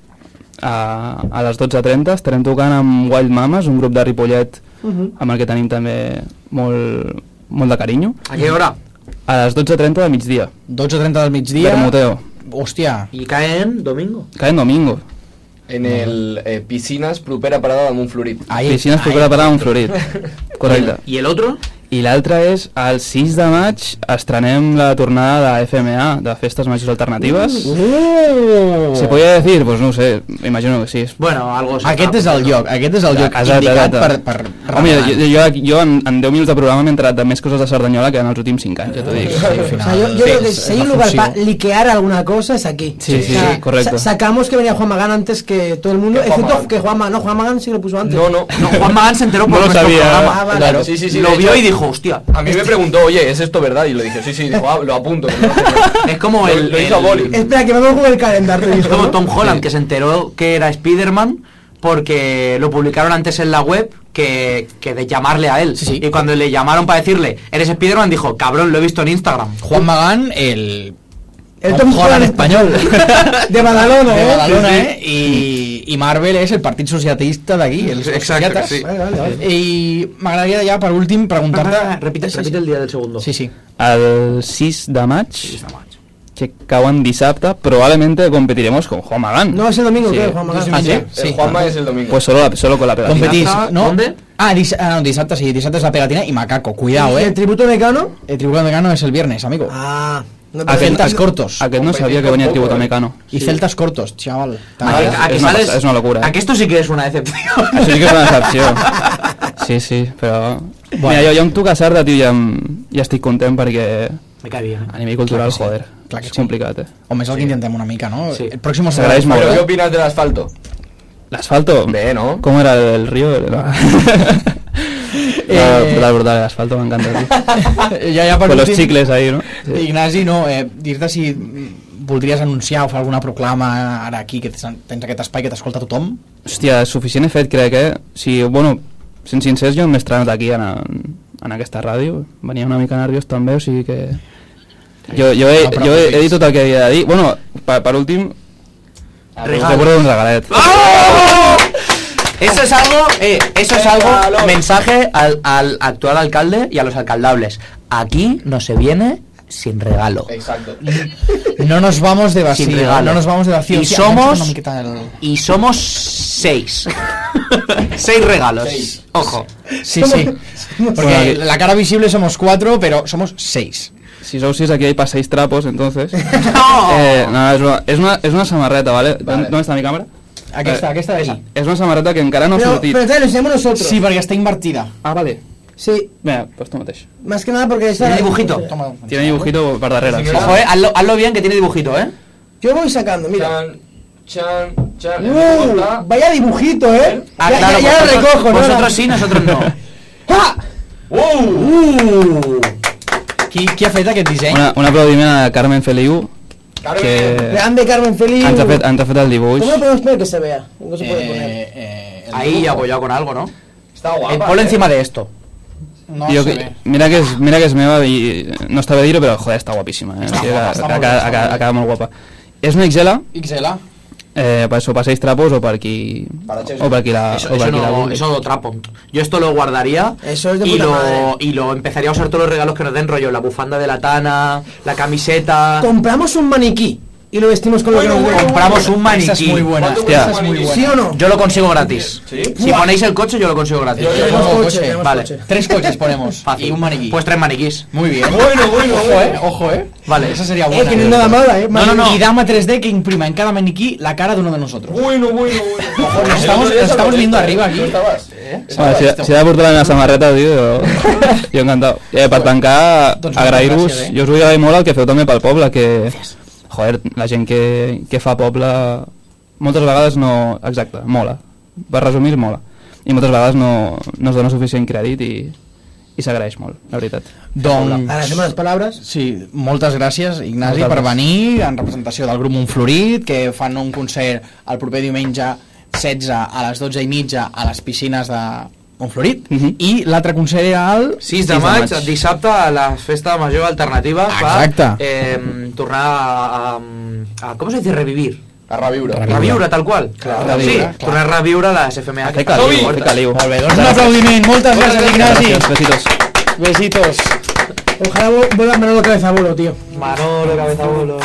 H: A, a les 12.30 estarem tocant amb Wild Mamas, un grup de Ripollet
A: Mhm.
H: amb el que tenim també molt, molt de carinyo.
F: ¿A qué hora?
H: A les 12.30 de migdia,
A: Dia... 12.30 del migdia.
H: Bermuteo.
A: Hòstia,
F: I caen domingo.
H: Caen domingo.
B: En el eh, Piscinas, propera parada de Montflorit.
F: Ah,
A: ahí.
H: Piscines propera parada un florit. Correcte.
F: I el otro?
H: I l'altre és, el 6 de maig estrenem la tornada de FMA, de Festes Majors Alternatives.
F: Uh,
C: ¡Uh!
H: ¿Se podía decir? Pues no ho sé, imagino que sí. És-
F: Bueno, algo... se
A: Aquest
F: fa,
A: és el
F: però-
A: lloc, aquest és el lloc
H: Exacte,
A: indicat per,
H: exacte.
A: per
H: Home,
A: remenar.
H: jo, jo, jo en, en 10 minuts de programa m'he enterat de més coses de Cerdanyola que en els últims 5 anys, ja t'ho dic.
A: Ah, Sí, al
C: O
A: final,
C: sea, yo, yo creo que
A: es-
C: si hay
A: es
C: un lugar
A: repulsivo.
C: para liquear alguna cosa es aquí.
H: Sí, sí,
C: O sea,
H: sí, correcto.
C: sa- Sacamos que venía Juan Magán antes que todo el mundo,
B: Que Juan
C: excepto
B: Magán.
C: que Juan Magán, no, Juan Magán sí que lo puso antes.
B: No, no.
F: No, Juan Magán se enteró por
H: No lo
F: nuestro
H: sabía.
F: programa.
C: Ah, vale.
B: Claro. Sí, sí, sí,
F: lo
B: de
F: vio
B: hecho-
F: y dijo, hostia.
B: A mí me preguntó, oye, ¿es esto verdad? Y le dije, sí, sí, dijo, ah, lo apunto. que no lo tengo".
F: Es como
B: Lo-
F: el...
B: lo hizo
F: el-
B: Boli.
C: Espera, que me pongo el calendario.
F: Es
C: dijo,
F: como
C: ¿no?
F: Tom Holland, que se enteró que era Spider-Man porque lo publicaron antes en la web que, que de llamarle a él.
A: Sí, sí.
F: Y cuando le llamaron para decirle, eres Spider-Man, dijo, cabrón, lo he visto en Instagram.
A: Juan Magán, el...
C: El Tom Holland
A: español.
C: De Badalona,
A: de
C: ¿eh?
A: Badalona,
C: Sí, sí.
A: eh? I, I Marvel és el partit sociatista d'aquí, els
B: Exacte,
A: sociates.
B: sí.
C: Vale, vale, vale.
A: I m'agradaria ja, per últim, preguntar-te...
C: Ah,
F: repite,
A: Eh, Sí,
F: repite el día del segundo.
A: Sí, sí.
H: El 6 de maig, que cauen dissabte, probablemente competiremos con Juan Magán.
C: No, ese domingo,
H: Sí.
C: ¿qué? Juan Magán.
H: Ah, sí?
B: El Juanma es el domingo.
H: Pues solo, la- solo con la pegatina.
A: Competís,
F: Dissabte,
A: no?
F: ¿dónde?
A: Ah, dissabte, ah, no, dissabte sí, dissabte és la pegatina i Macaco,
H: Ah,
A: cuidao,
C: ¿Y
A: eh.
C: el tributo mecano?
A: El Tribunal de Gano es el viernes, amigo.
C: Ah, no te-
A: Aquel- Celtas cortos.
H: Aquest no sabia que venia el tributo mecano.
A: y celtas cortos, chaval.
F: A que-
A: Tal-
F: a que
H: Es una
F: sales-
H: cosa- es una locura. ¿eh?
F: A que esto sí que es una decepción.
H: Això sí que és una decepció. Sí, sí, però... Bueno. Mira, jo, jo amb tu casar-te, tio, ja, em- ja estic content perquè
F: Me cae bien.
H: a nivell cultural, joder,
A: Clar que
H: és
A: sí.
H: complicat, eh?
A: O més el que intentem una mica, no?
F: Sí.
A: El próximo será
H: S'agraeix molt,
B: Pero, ¿qué
H: eh?
B: opinas del asfalto?
H: L'asfalto?
B: Bé, no?
H: Com era el río? No.
A: Eh,
H: eh... Brutal, brutal, l'asfalto m'encanta. tio.
A: ja, ja per
F: Pues
H: Con los
A: últim,
H: chicles ahí, no?
A: Ignasi, no, eh, dir-te si mm, voldries anunciar o fer alguna proclama ara aquí, que tens tens aquest espai que t'escolta tothom.
H: Hòstia, suficient he fet, crec, eh? Si, bueno, sent sincers, jo m'he estrenat aquí en, en aquesta ràdio. Venia una mica nerviós també, o sigui que... Jo, jo, he,
A: No, però
H: jo he, he
A: fix.
H: dit tot el que havia de dir. Bueno, per, per últim... Us
F: Regalo.
H: recordo un regalet.
F: Eso es algo, eh, eso es algo, mensaje al, al actual alcalde y a los alcaldables. Aquí no se viene sin regalo.
B: Exacto.
A: No nos vamos de
F: Sin
A: vacío, eh,
F: regalo.
A: no nos vamos de vacío.
F: Y
A: Hòstia,
F: somos-
A: pensa una miqueta el-
F: Y somos seis. seis regalos.
B: Seis.
F: Ojo.
A: Sí, sí. Porque
H: Bueno,
A: la cara visible somos cuatro, pero somos seis.
H: Si sou sis, aquí hi passeis trapos, entonces...
F: No.
H: Eh, no, és una, és una, és una samarreta, ¿vale?
B: Vale.
H: ¿Dónde està mi càmera?
A: Aquesta,
H: Eh,
A: aquesta d'aquí.
H: És una samarreta que encara no ha
C: Pero,
H: sortit.
C: pero te lo enseñamos nosotros.
A: Sí, perquè està invertida.
H: Ah, vale.
C: Sí,
H: Mira, pues tu mateix.
C: más que nada porque esa...
F: Tiene dibujito.
A: Toma.
H: Tiene dibujito per darrere. Sí,
F: Ojo, eh, hazlo, hazlo bien que tiene dibujito, eh.
C: Yo voy sacando, mira.
B: Chan, chan, chan.
C: Uh, vaya dibujito, ¿eh?
F: Ah,
C: ya
F: claro,
C: ya, ya lo
F: vosotros-
C: recojo, ¿no?
F: Vosotros sí, nosotros no.
C: ¡Ah!
A: ¡Uh! Qui, qui ha fet aquest disseny?
H: Una, un aplaudiment a Carmen Feliu, que
C: Grande Carmen Feliz.
H: ens ha fet, ens ha fet el dibuix.
C: ¿Cómo lo podemos poner que se vea? No se puede poner.
A: Eh, eh, el
F: Ahí
A: dibujo.
F: apoyado con algo, ¿no?
B: Está
F: Eh,
B: guapa.
F: ponlo
B: eh.
F: encima de esto.
A: No
H: Jo,
A: se
H: que-
A: ve.
H: mira, que és, mira que és meva i eh, no estava a dir-ho, però joder, està guapíssima. Eh?
A: Està
H: O sigui,
A: guapa,
H: que-
A: està
H: que
A: molt bé,
H: acaba-
A: està
H: acaba-
A: molt bé.
H: acaba molt guapa. És una XL,
A: XL.
H: eh, per això passeis trapos o per qui,
B: Per la Chelsea.
H: o per qui
B: Ah,
H: la,
F: Eso,
H: o
F: eso
H: per qui la
F: no,
H: vulgui.
F: eso lo trapo. Yo esto lo guardaría
C: Eso es de
F: y,
C: puta
F: lo,
C: madre.
F: y lo empezaría a usar todos los regalos que nos den rollo. La bufanda de la tana, la camiseta.
C: Compramos un maniquí y lo vestimos con lo que nos gusta.
F: compramos un
A: Esa es
F: maniquí.
A: muy buena.
B: ¿Cuánto
H: Hostia.
B: cuesta ese
A: Es muy
B: maniquí?
A: buena.
C: ¿Sí o no?
F: Yo lo consigo gratis.
B: ¿Sí?
F: Si ponéis el coche, yo lo consigo gratis.
B: Yo- yo-
C: tenemos
A: Ojo,
C: coche,
A: coche.
C: tenemos
F: Vale.
C: coche.
A: Tres coches ponemos.
F: Fácil.
A: Y un maniquí.
F: Pues tres maniquís.
A: Muy bien.
B: Bueno, bueno,
A: Ojo,
B: bueno.
A: eh. Ojo, eh.
F: Vale.
A: Esa sería
C: Eh,
A: buena.
C: que no es nada mala, ¿eh?
F: No, no, no.
A: Y dama 3D que imprima en cada maniquí la cara de uno de nosotros.
B: Bueno, bueno, bueno.
A: nos estamos- nos estamos viendo arriba aquí.
B: ¿Dónde ¿eh? estabas?
H: Home, si, si ha de portar la samarreta, tio, jo, jo encantat. Eh, per tancar,
A: Doncs moltes
H: agrair-vos,
A: gràcies, eh?
H: jo us vull agrair molt el que feu també pel poble, que, joder, la gent que, que fa poble, moltes vegades no, exacte, mola, per resumir, mola. I moltes vegades no, no es dona suficient crèdit i, i s'agraeix molt, la veritat.
A: Doncs,
C: Agradecemos las palabras.
A: sí, moltes gràcies, Ignasi,
H: Moltes
A: per
H: gràcies.
A: venir en representació del grup Montflorit, que fan un concert el proper diumenge 16 a les 12 i mitja a les piscines de Montflorit.
H: Mhm.
A: I l'altre concert era el...
F: 6
H: de
F: de maig,
H: maig.
F: dissabte, a la festa major alternativa
A: Exacte.
F: per eh, tornar a, a, a... Com se dice? Revivir.
B: A Rabiura.
F: Reviure, tal qual.
A: Clar,
F: sí,
A: reviure, clar.
F: tornar a reviure les FMA.
H: Fer
F: que passen
H: caliu,
F: moltes.
H: fer caliu.
A: Molt bé, doncs un aplaudiment. Moltes gràcies, Ignasi.
H: Gràcies, besitos.
A: Besitos.
C: Ojalá vu- vuelva Manolo Cabezabolo, tío.
F: Manolo, cabeza bolo.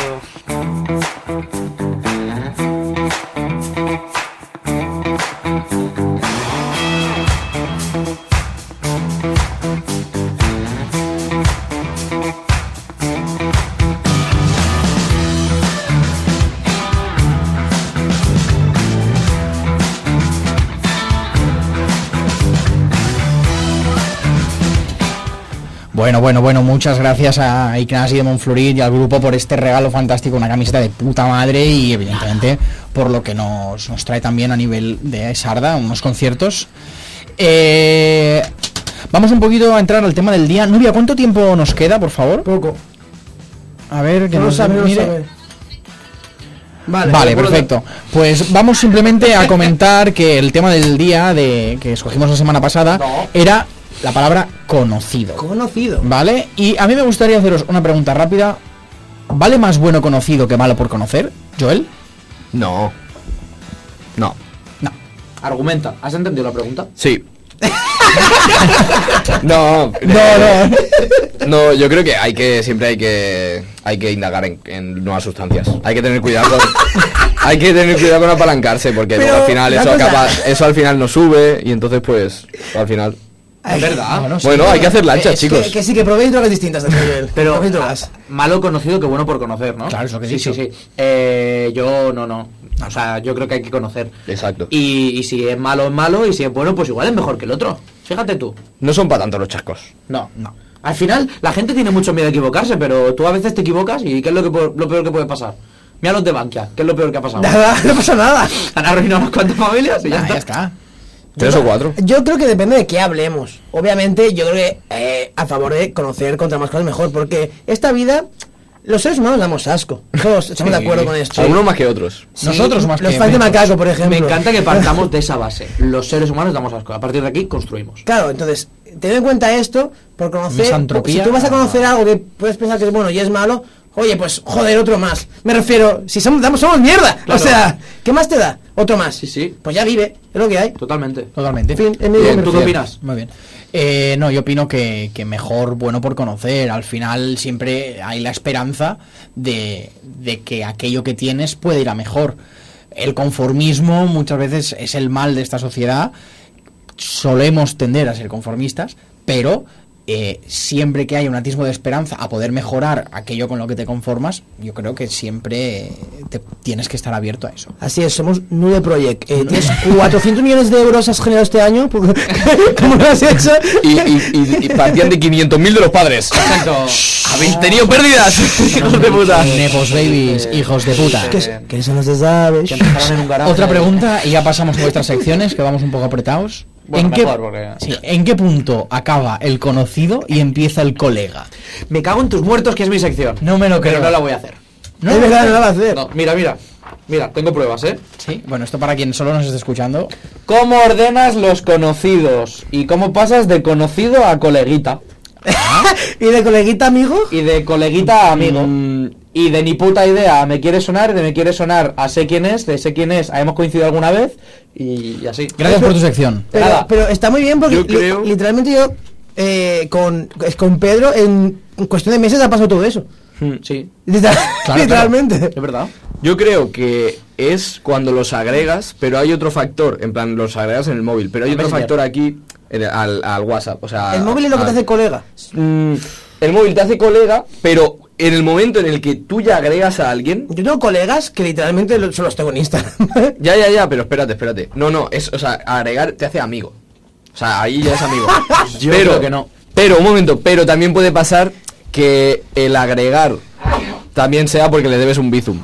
A: Bueno, bueno, bueno, muchas gracias a Ignasi de Monflorid y al grupo por este regalo fantástico, una camiseta de puta madre y evidentemente por lo que nos, nos trae también a nivel de Sarda, unos conciertos. Eh, vamos un poquito a entrar al tema del día. Nuria, ¿cuánto tiempo nos queda, por favor?
C: Poco.
A: A ver, que
C: No lo
A: nos
C: sabe, no lo
A: mire.
C: sabe.
A: Vale, perfecto. Pues vamos simplemente a comentar que el tema del día de que escogimos la semana pasada era la palabra conocido.
C: Conocido.
A: Vale, y a mí me gustaría haceros una pregunta rápida. ¿Vale más bueno conocido que malo por conocer, Joel?
B: No. No.
A: No.
F: Argumenta. ¿Has entendido la pregunta?
B: Sí. no,
A: No, no.
B: no, yo creo que hay que siempre hay que hay que indagar en, en nuevas sustancias. Hay que tener cuidado. Con, hay que tener cuidado con apalancarse porque
C: Pero,
B: luego al final
C: una
B: eso
C: cosa.
B: acaba, eso al final no sube y entonces pues al final.
C: Es verdad.
B: Bueno, hay que hacer lanchas, chicos.
C: Que, que sí, que probéis drogas distintas de nivel.
F: Pero
C: probéis drogas.
I: Ah,
F: a- malo conocido que bueno por conocer, ¿no?
A: Claro, es lo que he
F: sí,
A: dicho.
F: Sí, sí. Eh, yo no, no. O sea, yo creo que hay que conocer.
B: Exacto.
F: Y, y si es malo, es malo. Y si es bueno, pues igual es mejor que el otro. Fíjate tú.
B: No son para tanto los chascos.
F: No, no. Al final, la gente tiene mucho miedo a equivocarse, pero tú a veces te equivocas y ¿qué es lo, que, po- lo peor que puede pasar? Mira los de Bankia, ¿qué es lo peor que ha pasado?
C: Nada, no pasa nada.
F: Han arruinado unas cuantas familias y ya,
A: Ah,
F: está.
A: ya está.
B: Tres o cuatro.
C: Yo creo que depende de qué hablemos. Obviamente, yo creo que eh, a favor de conocer contra más cosas mejor, porque esta vida, los seres humanos damos asco. Todos estamos de acuerdo con esto.
B: Algunos más que otros.
C: Sí,
A: Nosotros más
C: Los
A: que
C: fans de
A: menos.
C: Macaco, por ejemplo.
F: Me encanta que partamos de esa base. Los seres humanos damos asco. A partir de aquí construimos.
C: Claro, entonces, teniendo en cuenta esto, por conocer.
A: Misantropía.
C: Si tú vas a conocer algo que puedes pensar que es bueno y es malo, oye, pues joder, otro más. Me refiero, si somos, damos- somos mierda. O
F: Claro.
C: sea, ¿qué más te da? Otro más.
F: Sí, sí.
C: Pues ya vive, es lo que hay.
F: Totalmente.
A: Totalmente.
C: En fin, en mi
B: Bien,
C: me
F: ¿Tú qué
B: Bien.
C: refiero.
F: opinas?
A: Muy bien. Eh, no, yo opino que, que mejor bueno por conocer. Al final siempre hay la esperanza de, de que aquello que tienes puede ir a mejor. El conformismo muchas veces es el mal de esta sociedad. Solemos tender a ser conformistas, pero eh, siempre que hay un atisbo de esperanza a poder mejorar aquello con lo que te conformas, yo creo que siempre eh, te- tienes que estar abierto a eso.
C: Así es, somos Nude Project. Eh, tienes 400 millones de euros has generado este año. por- ¿Cómo lo has hecho?
B: Y, y, y- y partían de 500.000 de los padres.
F: Exacto.
B: Habéis tenido pérdidas. Hijos de puta.
A: Nepos babies, hijos de puta.
C: Que, es- que eso no se sabe.
F: Empezaron en un garaje.
A: Otra pregunta y ya pasamos a vuestras secciones que vamos un poco apretados.
F: Bueno,
A: ¿En, qué,
F: mejor, porque-
A: sí, ¿En qué punto acaba el conocido y empieza el colega?
F: Me cago en tus muertos, que es mi sección.
A: No me lo
F: Pero
A: creo.
F: no la voy a hacer.
A: ¿No?
C: es verdad, no lo va a hacer.
F: No, mira, mira. Mira, tengo pruebas, ¿eh?
A: Sí, bueno, esto para quien solo nos esté escuchando.
F: ¿Cómo ordenas los conocidos? ¿Y cómo pasas de conocido a coleguita?
C: ¿Y de coleguita, amigo?
F: Y de coleguita a amigo.
A: Mm.
F: Y de ni puta idea, a me quiere sonar, de me quiere sonar, a sé quién es, de sé quién es, a hemos coincidido alguna vez y, y así.
A: Gracias por tu sección.
C: Pero,
F: Nada.
C: pero está muy bien porque
B: Yo
C: li-
B: creo-
C: literalmente yo eh, con, es- con Pedro en cuestión de meses ha pasado todo eso.
F: Mm, Sí,
C: Literal-
A: claro.
C: literalmente.
F: es verdad.
B: Yo creo que es cuando los agregas, pero hay otro factor, en plan, los agregas en el móvil, pero hay
F: Al
B: otro
F: Messenger.
B: factor aquí en el- al, al WhatsApp. O sea,
C: El móvil es lo que te
B: al-
C: hace colega.
B: Mm, el móvil te hace colega, pero en el momento en el que tú ya agregas a alguien...
C: Yo tengo colegas que literalmente lo- solo los tengo en Instagram.
B: Ya, ya, ya, pero espérate, espérate. No, no, es, o sea, agregar te hace amigo. O sea, ahí ya es amigo.
F: Yo
B: pero,
F: creo que no.
B: Pero, un momento, pero también puede pasar que el agregar también sea porque le debes un bizum.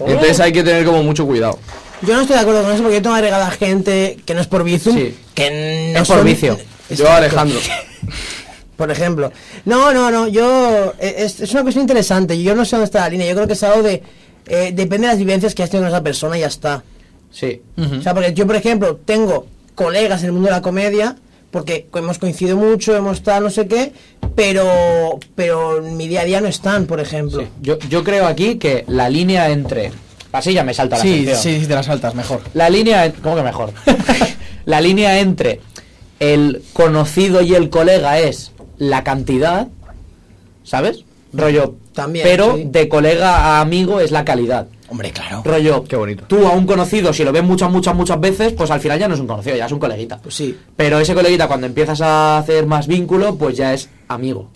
B: Entonces hay que tener como mucho cuidado.
C: yo no estoy de acuerdo con eso porque yo tengo agregada gente que no es por vicio.
F: Sí.
C: Que no
F: Es por
C: son-
F: vicio.
B: Yo,
C: Exacto.
B: Alejandro.
C: Por ejemplo. No, no, no. Yo. eh, Es, es una cuestión interesante. Yo no sé dónde está la línea. Yo creo que es algo de. eh, depende de las vivencias que has tenido con esa persona y ya está.
F: Sí.
C: O sea, porque yo, por ejemplo, tengo colegas en el mundo de la comedia, porque hemos coincidido mucho, hemos tal, no sé qué, pero, pero en mi día a día no están, por ejemplo.
F: Sí. Yo, yo creo aquí que la línea entre. Así ya me salta la
A: Sí,
F: sección.
A: sí, sí, te las saltas, mejor.
F: La línea, en- ¿cómo que mejor? la línea entre el conocido y el colega es la cantidad, ¿sabes? Rollo.
C: También,
F: Pero
C: sí.
F: de colega a amigo es la calidad.
A: Hombre, claro.
F: Rollo,
B: Qué bonito.
F: tú a un conocido, si lo ves muchas, muchas, muchas veces, pues al final ya no es un conocido, ya es un coleguita.
C: Sí.
F: Pero ese coleguita, cuando empiezas a hacer más vínculo, pues ya es amigo.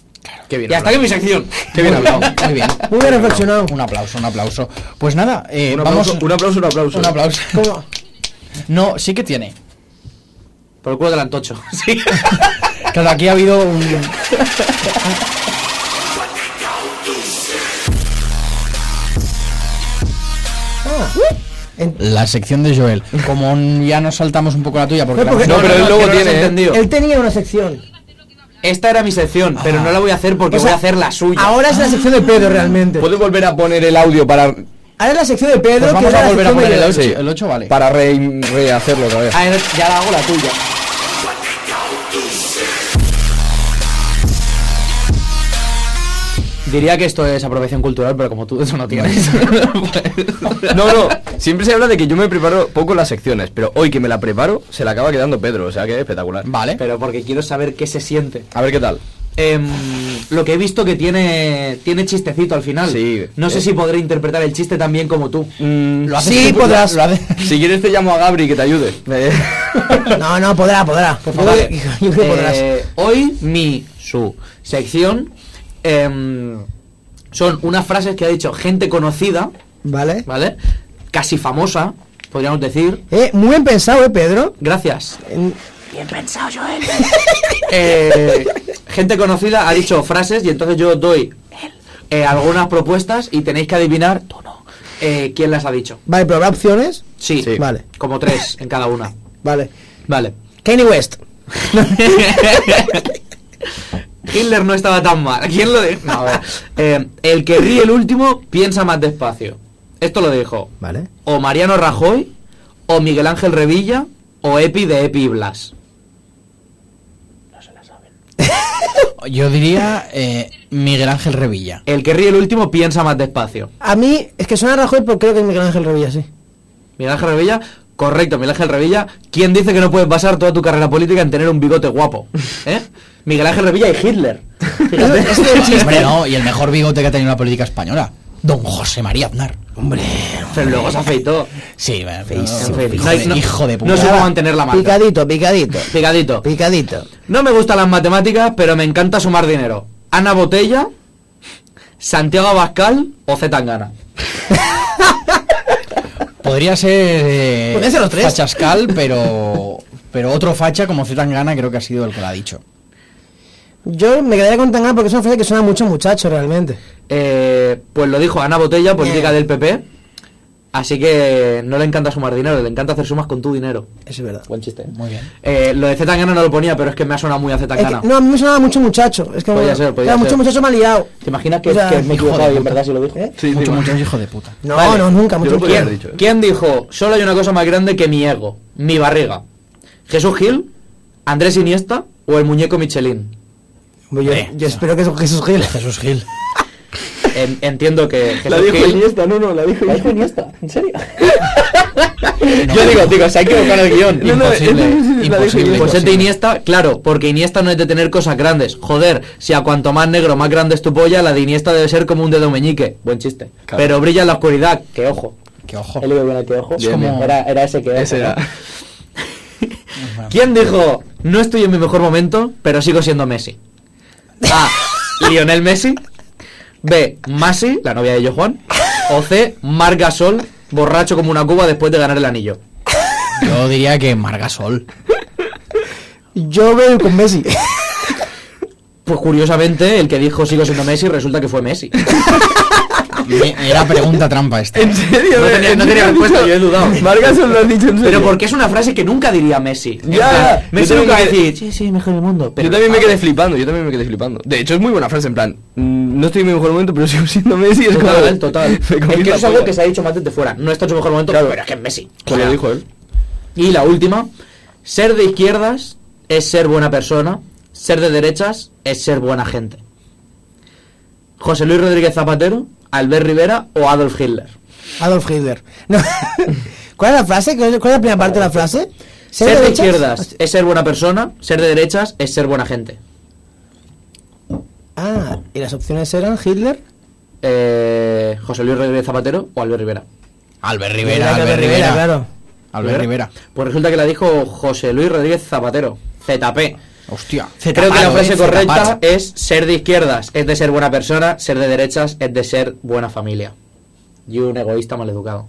B: Qué bien.
F: y hasta aquí mi sección.
B: Qué bien hablado.
A: Muy bien.
C: Muy bien reflexionado.
A: Un aplauso, un aplauso. Pues nada, eh,
B: Un
A: vamos.
B: aplauso, un aplauso, un aplauso.
A: un aplauso.
C: ¿Cómo?
A: No, sí que tiene.
F: Por el culo del antocho. Sí.
A: Claro, aquí ha habido un.
C: En-
A: La sección de Joel. Como un- ya nos saltamos un poco la tuya, porque.
C: No, porque-
A: la-
B: No, pero él luego
F: que no lo has
B: tiene, ¿eh?
F: entendido.
C: Él tenía una sección.
F: Esta era mi sección, pero no la voy a hacer porque
C: O sea,
F: voy a hacer la suya.
C: Ahora es la sección de Pedro realmente.
B: ¿Puedes volver a poner el audio para,
C: Ahora es la sección de Pedro.
A: Pues vamos
C: que
A: a
C: era la
A: volver a
C: sección
A: poner
C: de-
A: el 8.
B: Sí.
A: El 8 vale.
B: para re- rehacerlo otra vez?
F: Ah, era- ya la hago la tuya. Diría que esto es apropiación cultural, pero como tú eso no tienes.
B: No, no, siempre se habla de que yo me preparo poco las secciones, pero hoy que me la preparo se la acaba quedando Pedro, o sea que espectacular.
A: Vale.
F: Pero porque quiero saber qué se siente.
B: A ver qué tal.
F: Em, lo que he visto que tiene tiene chistecito al final.
B: Sí.
F: No sé si podré interpretar el chiste tan bien como tú.
A: Lo haces
C: Eh. Mm, Sí,
A: tú,
C: podrás.
A: lo- lo haces-
B: Si quieres te llamo a Gabri que te ayude.
C: No, no, podrá, podrá. Por favor,
F: Vale.
C: yo creo que podrás.
F: Eh, hoy mi su sección em, son unas frases que ha dicho gente conocida,
C: Vale.
F: ¿vale? Casi famosa, podríamos decir.
C: Eh, muy bien pensado, eh, Pedro.
F: Gracias.
C: En-
F: Eh, gente conocida ha dicho frases y entonces yo doy eh, algunas propuestas y tenéis que adivinar, tú no, eh, quién las ha dicho.
C: Vale, pero habrá opciones.
F: Sí,
B: Sí.
C: Vale.
F: como tres en cada una.
C: Vale.
F: Vale.
C: Kanye West.
F: Hitler no estaba tan mal. ¿Quién lo dijo? No, a ver. Eh, el que ríe el último piensa más despacio. Esto lo dijo
C: Vale.
F: o Mariano Rajoy, o Miguel Ángel Revilla, o Epi de Epi y Blas.
A: Yo diría eh, Miguel Ángel Revilla.
F: El que ríe el último piensa más despacio.
C: A mí, es que suena Rajoy, pero creo que es Miguel Ángel Revilla, sí.
F: Miguel Ángel Revilla, correcto, Miguel Ángel Revilla. ¿Quién dice que no puedes basar toda tu carrera política en tener un bigote guapo? ¿Eh? Miguel Ángel Revilla y Hitler. Fíjate.
A: Hombre, no, y Este el mejor bigote que ha tenido la política española. Don José María Aznar. Hombre.
F: Pero luego se afeitó.
A: Sí, bueno, pero-
F: En fin,
A: hijo,
F: no hay-
A: de,
F: no-
A: hijo de puta.
F: No supo mantener la marca.
C: Picadito, picadito.
F: Picadito.
C: Picadito.
F: No me gustan las matemáticas, pero me encanta sumar dinero. Ana Botella, Santiago Abascal o Zetangana.
A: Podría ser. eh,
C: Podrían ser los tres.
A: Fachascal, pero. Pero otro facha como Zetangana creo que ha sido el que lo ha dicho.
C: Yo me quedaría con Tangana porque es una frase que suena mucho a muchacho, realmente.
F: Eh, pues lo dijo Ana Botella, política del PP. Así que no le encanta sumar dinero, le encanta hacer sumas con tu dinero.
C: Eso es verdad.
F: Buen chiste. ¿eh?
A: Muy bien.
F: Eh, lo de Zetangana no lo ponía, pero es que me ha sonado muy a
C: Es que-
F: Zetangana.
C: no, a mí me sonaba mucho muchacho. Es que
F: Podía
C: bueno,
F: ser, podía
C: era mucho
F: ser.
C: muchacho mal liado.
F: ¿Te imaginas que,
C: O sea,
F: que me he
A: hijo de
F: equivocado y en
A: puta.
F: verdad sí lo dije?
C: ¿Eh?
B: Sí,
A: mucho, mucho hijo de puta.
C: No,
F: Vale.
C: no, nunca, mucho
B: Yo lo podía
C: muchacho.
B: haber
F: ¿Quién,
B: dicho, ¿eh?
F: quién dijo, solo hay una cosa más grande que mi ego, mi barriga? ¿Jesús Gil, Andrés Iniesta o el muñeco Michelin?
C: Hombre, Pues Yo,
A: Eh.
C: yo espero que eso Jesús Gil.
A: Jesús Gil.
F: En- entiendo que Jesús
B: La dijo
F: Gil...
B: Iniesta, no, no, la dijo Iniesta.
F: ¿En serio?
B: Yo digo, digo, se ha equivocado el guión.
A: No, no, Imposible,
B: es- es- es- la dijo
A: imposible.
F: Pues
B: Iniesta.
F: es de Iniesta, claro, porque Iniesta no es de tener cosas grandes. Joder, si a cuanto más negro, más grande es tu polla, la de Iniesta debe ser como un dedo meñique. Buen chiste.
B: Claro.
F: Pero brilla en la oscuridad. Que ojo.
A: Que ojo.
F: Él iba con el que ojo.
A: Bien, bien.
F: Era, era ese que ojo.
B: Ese era.
F: ¿no? ¿Quién dijo, no estoy en mi mejor momento, pero sigo siendo Messi? A. Lionel Messi. B. Masi, la novia de Yo Juan. O C. Marc Gasol, borracho como una cuba después de ganar el anillo.
A: Yo diría que Margasol.
C: Yo veo con Messi.
F: Pues curiosamente, el que dijo sigo siendo Messi resulta que fue Messi.
A: Me- Era pregunta trampa esta.
B: ¿En serio?
F: No
B: ¿En
F: tenía- no
B: serio
F: tenía
B: has
F: respuesta,
B: dicho?
F: yo he dudado.
B: Vargas os lo has dicho en serio.
F: Pero porque es una frase que nunca diría Messi. En
B: Ya,
F: plan,
B: yo
F: Messi
B: también
F: nunca va a
B: que-
F: decir, sí, sí, mejor del mundo. Pero
B: yo también me quedé flipando, yo también me quedé flipando. De hecho, es muy buena frase, en plan, mm, no estoy en mi mejor momento, pero sigo siendo Messi. Es como-
F: Total, total.
B: me
F: Es que
B: comí
F: eso
B: la
F: es algo
B: polla.
F: que se ha dicho más desde fuera. No está en su mejor momento,
B: Claro.
F: pero es que es Messi.
B: Pues lo dijo él.
F: Y la última, ser de izquierdas es ser buena persona, ser de derechas es ser buena gente. José Luis Rodríguez Zapatero, Albert Rivera o Adolf Hitler.
C: Adolf Hitler. No. ¿Cuál es la frase? ¿Cuál es cuál es la primera parte de la frase?
F: Ser, de
C: derechas?
F: izquierdas es ser buena persona, ser de derechas es ser buena gente.
C: Ah, y las opciones eran Hitler.
F: Eh, José Luis Rodríguez Zapatero o Albert Rivera.
A: Albert
C: Albert
A: Rivera, Albert
C: Rivera,
A: Rivera.
C: claro.
A: Albert Rivera.
F: Pues resulta que la dijo José Luis Rodríguez Zapatero, ZP.
A: Hostia.
F: Creo que la frase correcta
A: es...
F: es ser de izquierdas, es de ser buena persona, ser de derechas, es de ser buena familia. Y un egoísta maleducado.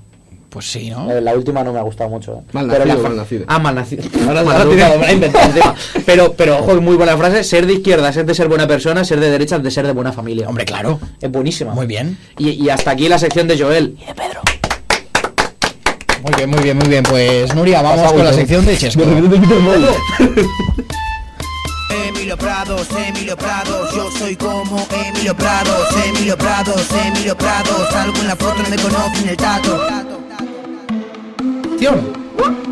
A: Pues sí, ¿no?
F: Eh, La última no me ha gustado mucho. eh.
B: Malnacido,
F: Pero la fra-
B: malnacido.
F: Ah, malnacido.
B: Ahora la
F: Malnacido,
B: tienes.
F: me la he inventado encima. Pero, pero, ojo, muy buena frase. Ser de izquierdas es de ser buena persona, ser de derechas es de ser de buena familia.
A: Hombre, claro.
F: Es buenísima.
A: Muy bien.
F: Y, y hasta aquí la sección de Joel.
A: Muy bien, muy bien, muy bien. Pues Nuria, vamos
F: Pasamos,
A: con la
F: ¿no?
A: sección de Chesco.
I: Emilio Prados, Emilio Prados, yo soy como Emilio Prados, Emilio Prados, Emilio Prados, salgo en la foto y me conocen el tato.
A: Sección.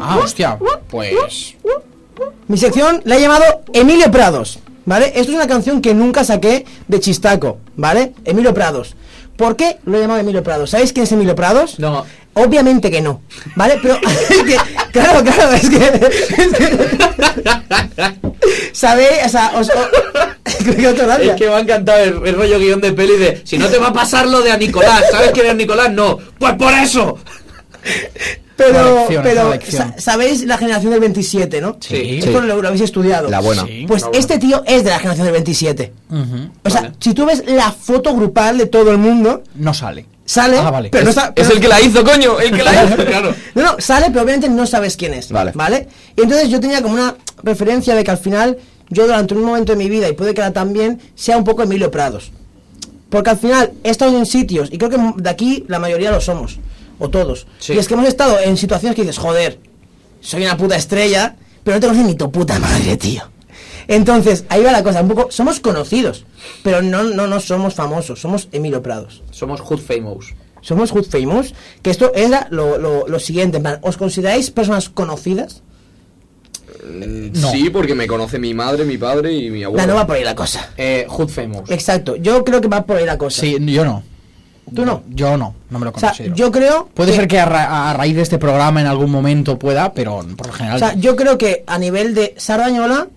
A: Ah, hostia. Pues.
C: Mi sección la he llamado Emilio Prados, ¿vale? Esto es una canción que nunca saqué de Chistaco, ¿vale? Emilio Prados. ¿Por qué lo he llamado Emilio Prados? ¿Sabéis quién es Emilio Prados?
F: No.
C: Obviamente que no, ¿vale? Pero es que- claro, claro, es que... es que- ¿Sabéis? O sea, os... os- creo que otro
F: Es
C: labia.
F: que me ha encantado el, el rollo guión de peli de si no te va a pasar lo de a Nicolás, ¿sabes quién es Nicolás? No, pues por eso.
A: Una
C: Pero,
A: lección, una
C: pero
A: lección.
C: sa- sabéis la generación del 27, ¿no?
A: Sí.
C: Esto lo, lo habéis estudiado.
B: La buena.
A: Sí.
C: Pues este tío es de la generación del 27.
A: Ujú.
C: O sea, si tú ves la foto grupal de todo el mundo,
A: No sale.
C: sale,
A: Ah, vale.
C: pero no
A: Es-
C: sa-
B: Es
C: pero-
B: el que la hizo, coño. El que la hizo, claro.
C: No, no, sale, pero obviamente no sabes quién es.
B: Vale.
C: Y entonces yo tenía como una referencia de que al final yo durante un momento de mi vida, y puede que ahora también, sea un poco Emilio Prados. Porque al final he estado en sitios, y creo que de aquí la mayoría lo somos, o todos.
F: Sí.
C: Y es que hemos estado en situaciones que dices, joder, soy una puta estrella, pero no te conoces ni tu puta madre, tío. Entonces, ahí va la cosa, un poco, somos conocidos, pero no, no, no somos famosos, somos Emilio Prados.
F: Somos Hood Famous.
C: Somos Hood Famous, que esto era lo, lo, lo siguiente, en plan, ¿os consideráis personas conocidas?
A: No.
B: Sí, porque me conoce mi madre, mi padre y mi abuelo.
C: La no va por ahí la cosa.
F: Eh, Hood Famous.
C: Exacto, yo creo que va por ahí la cosa.
A: Sí, yo no.
C: ¿Tú no?
A: Yo no. No me lo
C: o sea,
A: considero.
C: yo creo...
A: Puede
C: que-
A: ser que a, ra- a raíz de este programa en algún momento pueda, pero por lo general.
C: O sea, yo creo que a nivel de Sardañola,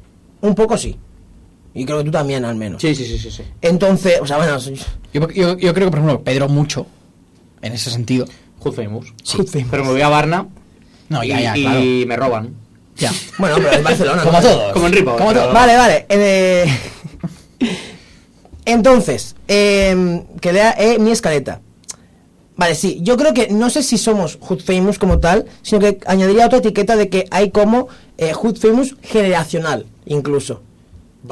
C: un poco sí. Y creo que tú también, al menos.
F: Sí, sí, sí, sí, sí.
C: Entonces, o sea, bueno, soy-
A: Yo, yo- yo creo que, por ejemplo, Pedro mucho, en ese sentido.
F: Hood Famous.
C: Hood Famous.
F: Pero me voy a Barna
A: No, ya,
F: y,
A: ya,
F: y
A: claro.
F: me roban.
A: Ya.
C: Bueno, pero es Barcelona.
A: Como
C: ¿no?
A: todos.
F: Como en Ripo.
A: Como
F: pero-
C: Vale, vale. eh, Entonces, em, que lea eh, mi escaleta. Vale, sí, yo creo que no sé si somos Hood Famous como tal, sino que añadiría otra etiqueta de que hay como eh, Hood Famous generacional, incluso.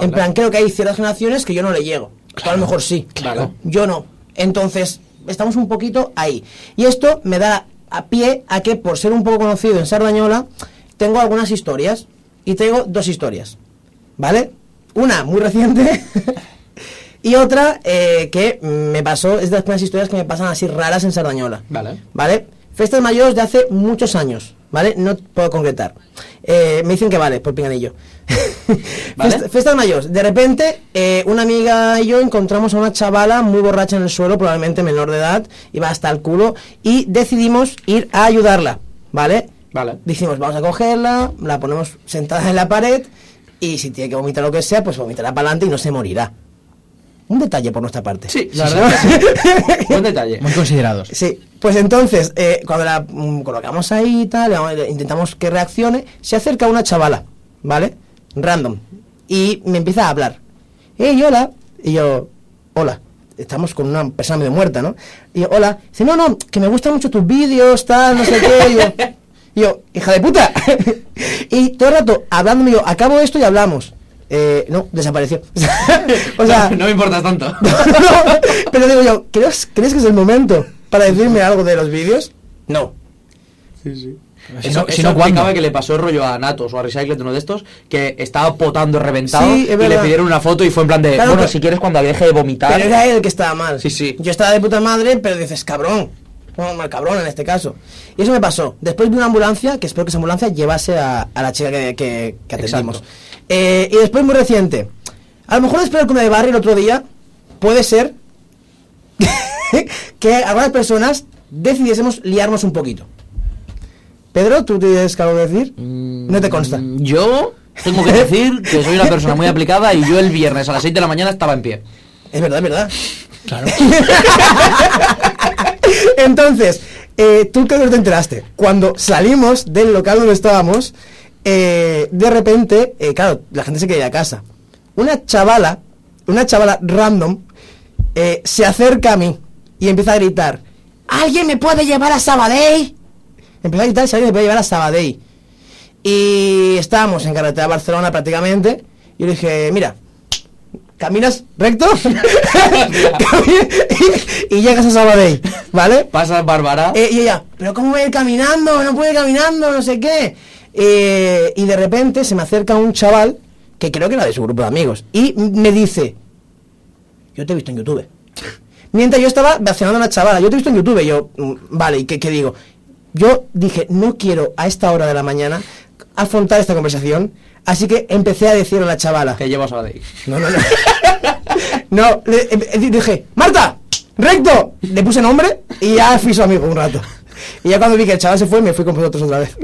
C: En plan, creo que hay ciertas generaciones que yo no le llego. que a lo mejor sí.
F: Claro.
C: Yo no. Entonces, estamos un poquito ahí. Y esto me da a pie a que, por ser un poco conocido en Sardañola, tengo algunas historias. Y tengo dos historias. ¿Vale? Una muy reciente. y otra eh, que me pasó. Es de las primeras historias que me pasan así raras en Sardañola.
F: Vale.
C: ¿Vale? Festas mayores de hace muchos años, ¿vale? No puedo concretar. Eh, me dicen que vale, por pinganillo. Fest- Festas mayores. De repente, eh, una amiga y yo encontramos a una chavala muy borracha en el suelo, probablemente menor de edad, iba hasta el culo, y decidimos ir a ayudarla, ¿vale?
F: Vale.
C: Dijimos, vamos a cogerla, la ponemos sentada en la pared, y si tiene que vomitar lo que sea, pues vomitará para adelante y no se morirá. Un detalle por nuestra parte.
F: Sí, la verdad que sí. Buen detalle.
A: Muy considerados.
C: Sí, pues entonces, eh, cuando la mm, colocamos ahí y tal, le- le- intentamos que reaccione, se acerca una chavala, ¿vale? Random. Y me empieza a hablar. ¡Ey, hola! Y yo, hola. Estamos con una persona medio muerta, ¿no? Y yo, hola. Dice, no, no, que me gustan mucho tus vídeos, tal, no sé qué. Y yo, y yo, hija de puta. y todo el rato hablándome yo, acabo esto y hablamos. Eh, no, desapareció. o sea,
F: no, me importas tanto.
C: no, pero digo yo, ¿crees, ¿crees que es el momento para decirme algo de los vídeos? No.
A: Si no, si
F: eso
A: no, ¿cuándo?
F: explicaba que le pasó rollo a Natos o a Recyclet, uno de estos, que estaba potando reventado
C: Sí, es
F: y le
C: verdad.
F: pidieron una foto y fue en plan de,
C: Claro,
F: bueno,
C: pero-
F: si quieres cuando deje de vomitar.
C: Pero era él el que estaba mal.
F: Ah, eh. Sí, sí.
C: Yo estaba de puta madre, pero dices, cabrón. Bueno, mal cabrón en este caso. Y eso me pasó. Después vi una ambulancia, que espero que esa ambulancia llevase a, a la chica que, que, que atendimos. Eh, y después, muy reciente. A lo mejor después del come de barrio el otro día, puede ser que algunas personas decidiésemos liarnos un poquito. Pedro, ¿tú tienes algo que decir? no te consta.
F: Mm, Yo tengo que decir que soy una persona muy aplicada y yo el viernes a las 6 de la mañana estaba en pie.
C: Es verdad, es verdad.
A: Claro.
C: Entonces, eh, tú creo que no te enteraste. Cuando salimos del local donde estábamos, eh, de repente, eh, claro, la gente se quería a casa. Una chavala, una chavala random, eh, se acerca a mí y empieza a gritar, ¿alguien me puede llevar a Sabadell? Empieza a gritar si alguien me puede llevar a Sabadell. Y estábamos en carretera a Barcelona prácticamente. Y yo le dije, mira, caminas recto Cami- y, y llegas a Sabadell, ¿vale?
F: Pasa Bárbara.
C: Eh, y ella, pero ¿cómo voy a ir caminando? No puedo ir caminando, no sé qué. Eh, y de repente se me acerca un chaval que creo que era de su grupo de amigos y me dice, yo te he visto en YouTube. Mientras yo estaba vacionando a una chavala, yo te he visto en YouTube, y yo, mm, vale, ¿y qué, qué digo? Yo dije, no quiero a esta hora de la mañana afrontar esta conversación, así que empecé a decir a la chavala,
F: Que llevas a Badei.
C: no, no, no. no, le, eh, eh, dije, Marta, recto. Le puse nombre y ya fui su amigo un rato. Y ya cuando vi que el chaval se fue, me fui con vosotros otra vez.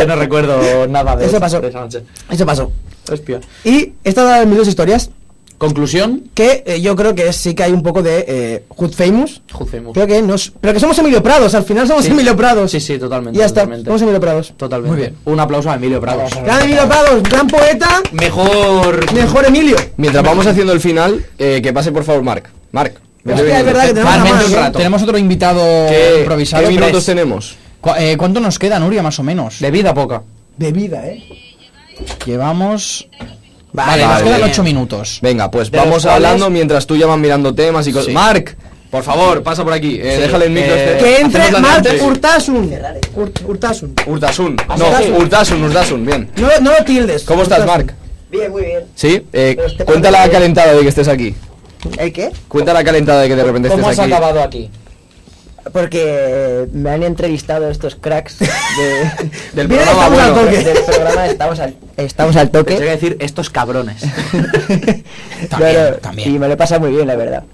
F: Yo no recuerdo nada de
C: Eso
F: esa-
C: pasó.
F: de esa noche.
C: Eso pasó.
F: Hostia.
C: Y estas eran mis dos historias,
F: Conclusión.
C: que eh, yo creo que sí que hay un poco de eh, Hood Famous.
F: Juzguemos.
C: Creo que nos... Pero que somos Emilio Prados, al final somos
F: Sí.
C: Emilio Prados.
F: Sí, sí, totalmente.
C: Ya está,
F: totalmente.
C: somos Emilio Prados.
F: Totalmente.
A: Muy bien.
F: Un aplauso a Emilio Bravo.
C: Gran Emilio Prados, gran poeta,
F: Mejor.
C: mejor Emilio.
B: Mientras vamos haciendo el final, eh, que pase por favor Marc. Marc, vete
C: Hostia, es
B: viniendo.
C: verdad que tenemos una
F: Realmente
C: mano,
F: un
C: ¿eh?
F: rato.
A: Tenemos otro invitado
B: ¿Qué,
A: improvisado.
B: qué
A: pero
B: minutos
A: es-
B: tenemos?
A: Cu- eh, ¿Cuánto nos queda, Nuria, más o menos?
F: De vida poca.
C: De vida, ¿eh?
A: Llevamos... Vale,
C: Vale,
A: nos
B: vale,
A: quedan
B: bien.
A: ocho minutos.
B: Venga, pues
F: De
B: vamos
F: los cuales-
B: hablando mientras tú ya vas mirando temas y cosas.
A: Sí.
B: Marc, por favor, pasa por aquí. Eh,
F: Sí,
B: déjale el micro.
F: eh,
B: este.
C: Que entre
B: Hacemos la
C: Marc
B: de antes.
C: Urtasun. Urt- Urtasun.
B: Urtasun. No,
C: Urtasun.
B: Urtasun, Urtasun, bien.
C: No, no lo tildes.
B: ¿Cómo estás,
C: Urtasun.
B: Marc?
I: Bien, muy bien.
B: Sí, eh,
I: Pero este
B: cuenta la
I: parece-
B: calentada de que estés aquí.
I: ¿El qué?
B: Cuenta la calentada de que de repente
F: ¿Cómo has
B: estés aquí.
F: acabado aquí?
I: Porque me han entrevistado estos cracks de-
B: Del
C: Mira,
B: programa,
C: estamos
B: bueno.
C: al toque.
I: del programa Estamos al, estamos al
F: Te voy
I: toque.
F: a decir estos cabrones.
A: También,
I: Claro,
A: también.
I: Y me lo he pasado muy bien, la verdad.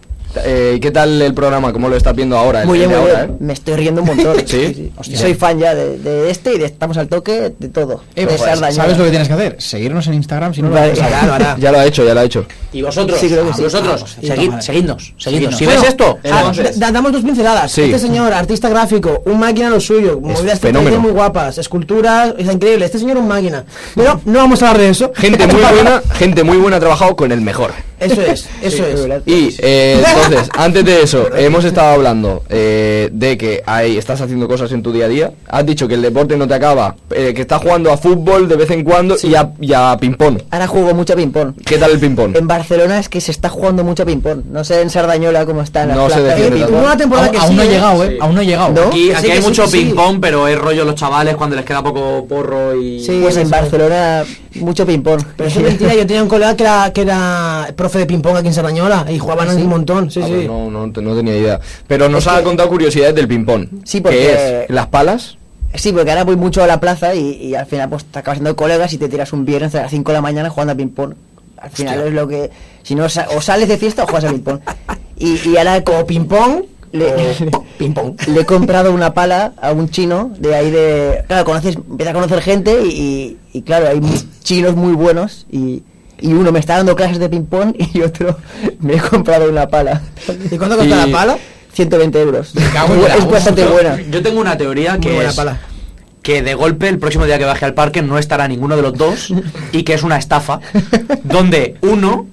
B: Eh, ¿Qué tal el programa? ¿Cómo lo estás viendo ahora? El-
I: Muy
B: el
I: bien,
B: de
I: muy
B: ahora,
I: bien. Me estoy riendo un montón.
B: ¿Sí?
A: Hostia.
I: Soy fan ya de, de este y de Estamos al toque, de todo.
A: Eh,
I: de
A: pues,
I: Sardañola.
A: ¿Sabes lo que tienes que hacer? Seguirnos en Instagram si no lo
I: Vale.
A: haces ahora.
C: Claro, ahora.
B: ¿eh? Ya lo ha hecho, ya lo ha hecho.
F: Y vosotros,
I: Sí, creo que sí.
F: vosotros,
A: Vamos, de puta
F: seguid,
A: madre.
F: seguidnos, seguidnos.
A: Seguidnos.
F: Si ves
C: Bueno,
F: esto,
C: ah,
F: entonces.
C: da- damos dos pinceladas.
B: Sí.
C: Este señor, artista gráfico, un máquina a lo suyo,
B: fenómeno.
C: movidas fenomenales muy guapas, esculturas, es increíble. Este señor un máquina. Pero no vamos a hablar de eso.
B: Gente muy buena, gente muy buena ha trabajado con el mejor.
C: Eso es, eso es.
B: Y eh, entonces, antes de eso, hemos estado hablando eh, de que hay, estás haciendo cosas en tu día a día. Has dicho que el deporte no te acaba, eh, que estás jugando a fútbol de vez en cuando y a, y a ping-pong.
I: Ahora juego mucho ping-pong.
B: ¿Qué tal el ping-pong?
I: En Barcelona es que se está jugando mucho ping-pong. No sé en Sardañola cómo están las
B: No se
I: plazas de
B: defiende
C: Y
I: ping-pong.
C: Hubo una temporada
A: Aún,
C: que
A: aún
C: sí,
A: no ha
C: ¿eh?
A: llegado, ¿eh? Aún no ha llegado.
I: ¿No?
F: Aquí,
C: que
F: aquí
C: sí, que
F: hay
C: sí,
F: mucho
C: que sí.
F: ping-pong, pero es rollo los chavales cuando les queda poco porro y.
C: Sí,
I: Pues en Barcelona mucho ping-pong.
C: Pero eso es mentira, yo tenía un colega que era, que era profe de ping-pong aquí en Sardañola y jugaban un montón. Sí,
B: Ah, pues
C: sí.
B: No, no, no tenía idea. Pero nos ha contado curiosidades del ping-pong.
I: Sí, porque-
B: ¿Qué es? ¿Las palas?
I: Sí, porque ahora voy mucho a la plaza y, y al final pues te acabas siendo colegas y te tiras un viernes a las 5 de la mañana jugando a ping-pong. Al final es lo que... Si no, sa- o sales de fiesta o juegas a ping-pong. Y, y ahora como ping-pong...
A: Oh,
I: Le,
C: Ping-pong.
I: le he comprado una pala a un chino de ahí de... Claro, conoces, empiezas a conocer gente y, y- y claro, hay mu- chinos muy buenos y, y uno me está dando clases de ping-pong y otro me he comprado una pala.
C: ¿Y cuánto costó
B: Y-
C: la pala?
I: 120 euros.
A: cago en la
I: Es bastante
A: hostia.
I: buena.
F: Yo tengo una teoría
C: Muy
F: que
C: buena
F: es
C: pala.
F: que de golpe el próximo día que baje al parque no estará ninguno de los dos y que es una estafa donde uno,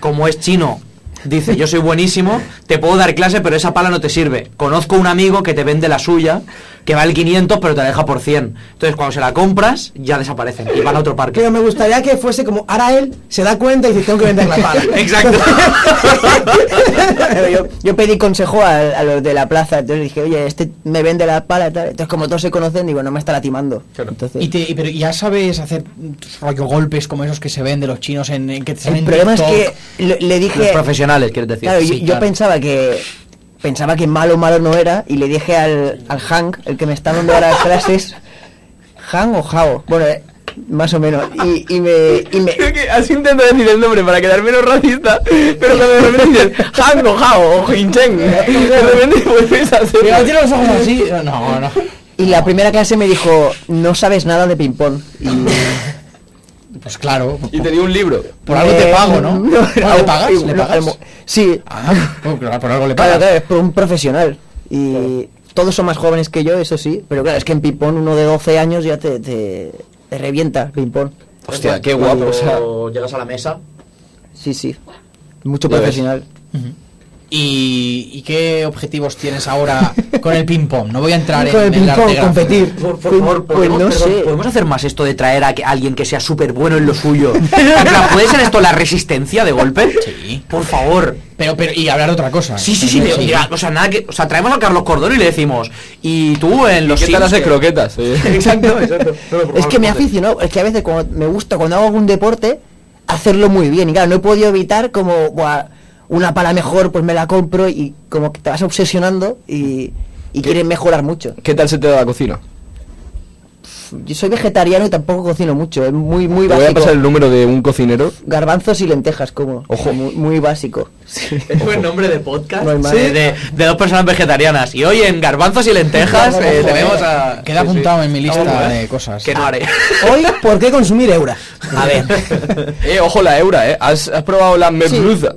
F: como es chino, dice yo soy buenísimo, te puedo dar clase pero esa pala no te sirve. Conozco un amigo que te vende la suya que vale 500 pero te la deja por 100. Entonces cuando se la compras ya desaparecen y van a otro parque.
C: Pero me gustaría que fuese como, ahora él se da cuenta y dice, tengo que vender la pala.
F: Exacto.
I: Pero yo, yo pedí consejo a, a los de la plaza, entonces dije, oye, este me vende la pala y tal. Entonces, como todos se conocen, digo, no me está latimando. Entonces,
A: Y, te- y pero ya sabes hacer mm, rollo golpes como esos que se ven de los chinos en, en que te salen
I: el
A: en
I: problema es que
A: TikTok.
I: le,
F: Los
I: le dije.
F: profesionales, quieres decir.
I: Claro, yo,
A: sí,
I: yo
A: claro.
I: pensaba que. Pensaba que malo, malo no era, y le dije al, al Hank, el que me está dando ahora las clases, ¿Hank o Jao? Bueno, eh, más o menos. Y, y me. Y me
B: que has intentado decir el nombre para quedar menos racista, pero cuando de repente dices Hango Hao o Hinchen, de repente vuelves a
A: Pero tiene los ojos así. No, no.
I: y la primera clase me dijo, no sabes nada de ping-pong.
A: Pues claro.
B: Y te dio un libro.
A: Por algo te
I: Eh,
A: pago, ¿no? Bueno, ¿Le pagas?
I: no,
A: ¿Le
I: no,
A: pagas?
I: Sí,
A: Ah, pues claro, por algo le
I: Claro,
A: pagas.
I: claro, es por un profesional. Y, Todos son más jóvenes que yo, eso sí, pero claro, es que en ping-pong uno de 12 años ya te, te, te revienta el ping-pong.
B: Hostia, qué
F: Cuando
B: guapo. O sea,
F: llegas a la mesa.
I: Sí, sí. Mucho
B: Ya ves.
I: profesional.
A: ¿Y, y qué objetivos tienes ahora con el ping-pong? No voy a entrar en
I: Con el
A: en la
I: ping-pong,
A: artegracia.
I: competir.
F: Por, por
I: Pues-
F: favor,
I: pues
F: ¿podemos,
I: no
F: perdón,
I: sé.
F: ¿podemos hacer más esto de traer a que- alguien que sea súper bueno en lo suyo? En plan, ¿Puede ser esto la resistencia de golpe?
A: Sí.
F: Por favor.
A: Pero, pero, y hablar de otra cosa.
F: Sí, sí, sí.
A: También,
F: de- mira, o sea, nada que. O sea, traemos a Carlos Cordón y le decimos. Y tú en los
B: ¿Qué tal
F: Sims,
B: haces
F: que-
B: croquetas? oye?
F: Exacto, exacto.
I: Es que me aficiono, es que a veces cuando me gusta cuando hago algún deporte hacerlo muy bien. Y claro, no he podido evitar como "Buah, una pala mejor, pues me la compro y como que te vas obsesionando y, y quieres mejorar mucho.
B: ¿Qué tal se te da la cocina?
I: Yo soy vegetariano y tampoco cocino mucho, es muy muy
B: Te voy a
I: básico.
B: pasar el número de un cocinero.
I: Garbanzos y lentejas como.
B: Ojo.
I: Muy, muy básico. Sí.
F: Es buen nombre de podcast.
I: No hay más.
F: Sí, de, de dos personas vegetarianas. Y hoy en Garbanzos y Lentejas
A: Ojo,
F: eh,
A: eh,
F: tenemos a.
A: Queda
F: Sí, sí.
A: apuntado en mi lista
F: Ojo, eh,
A: de cosas. Ah,
F: Que no haré.
C: Hoy, ¿por qué consumir eura? A ver,
B: Eh, ojo la eura, eh. ¿Has, has probado la merluza?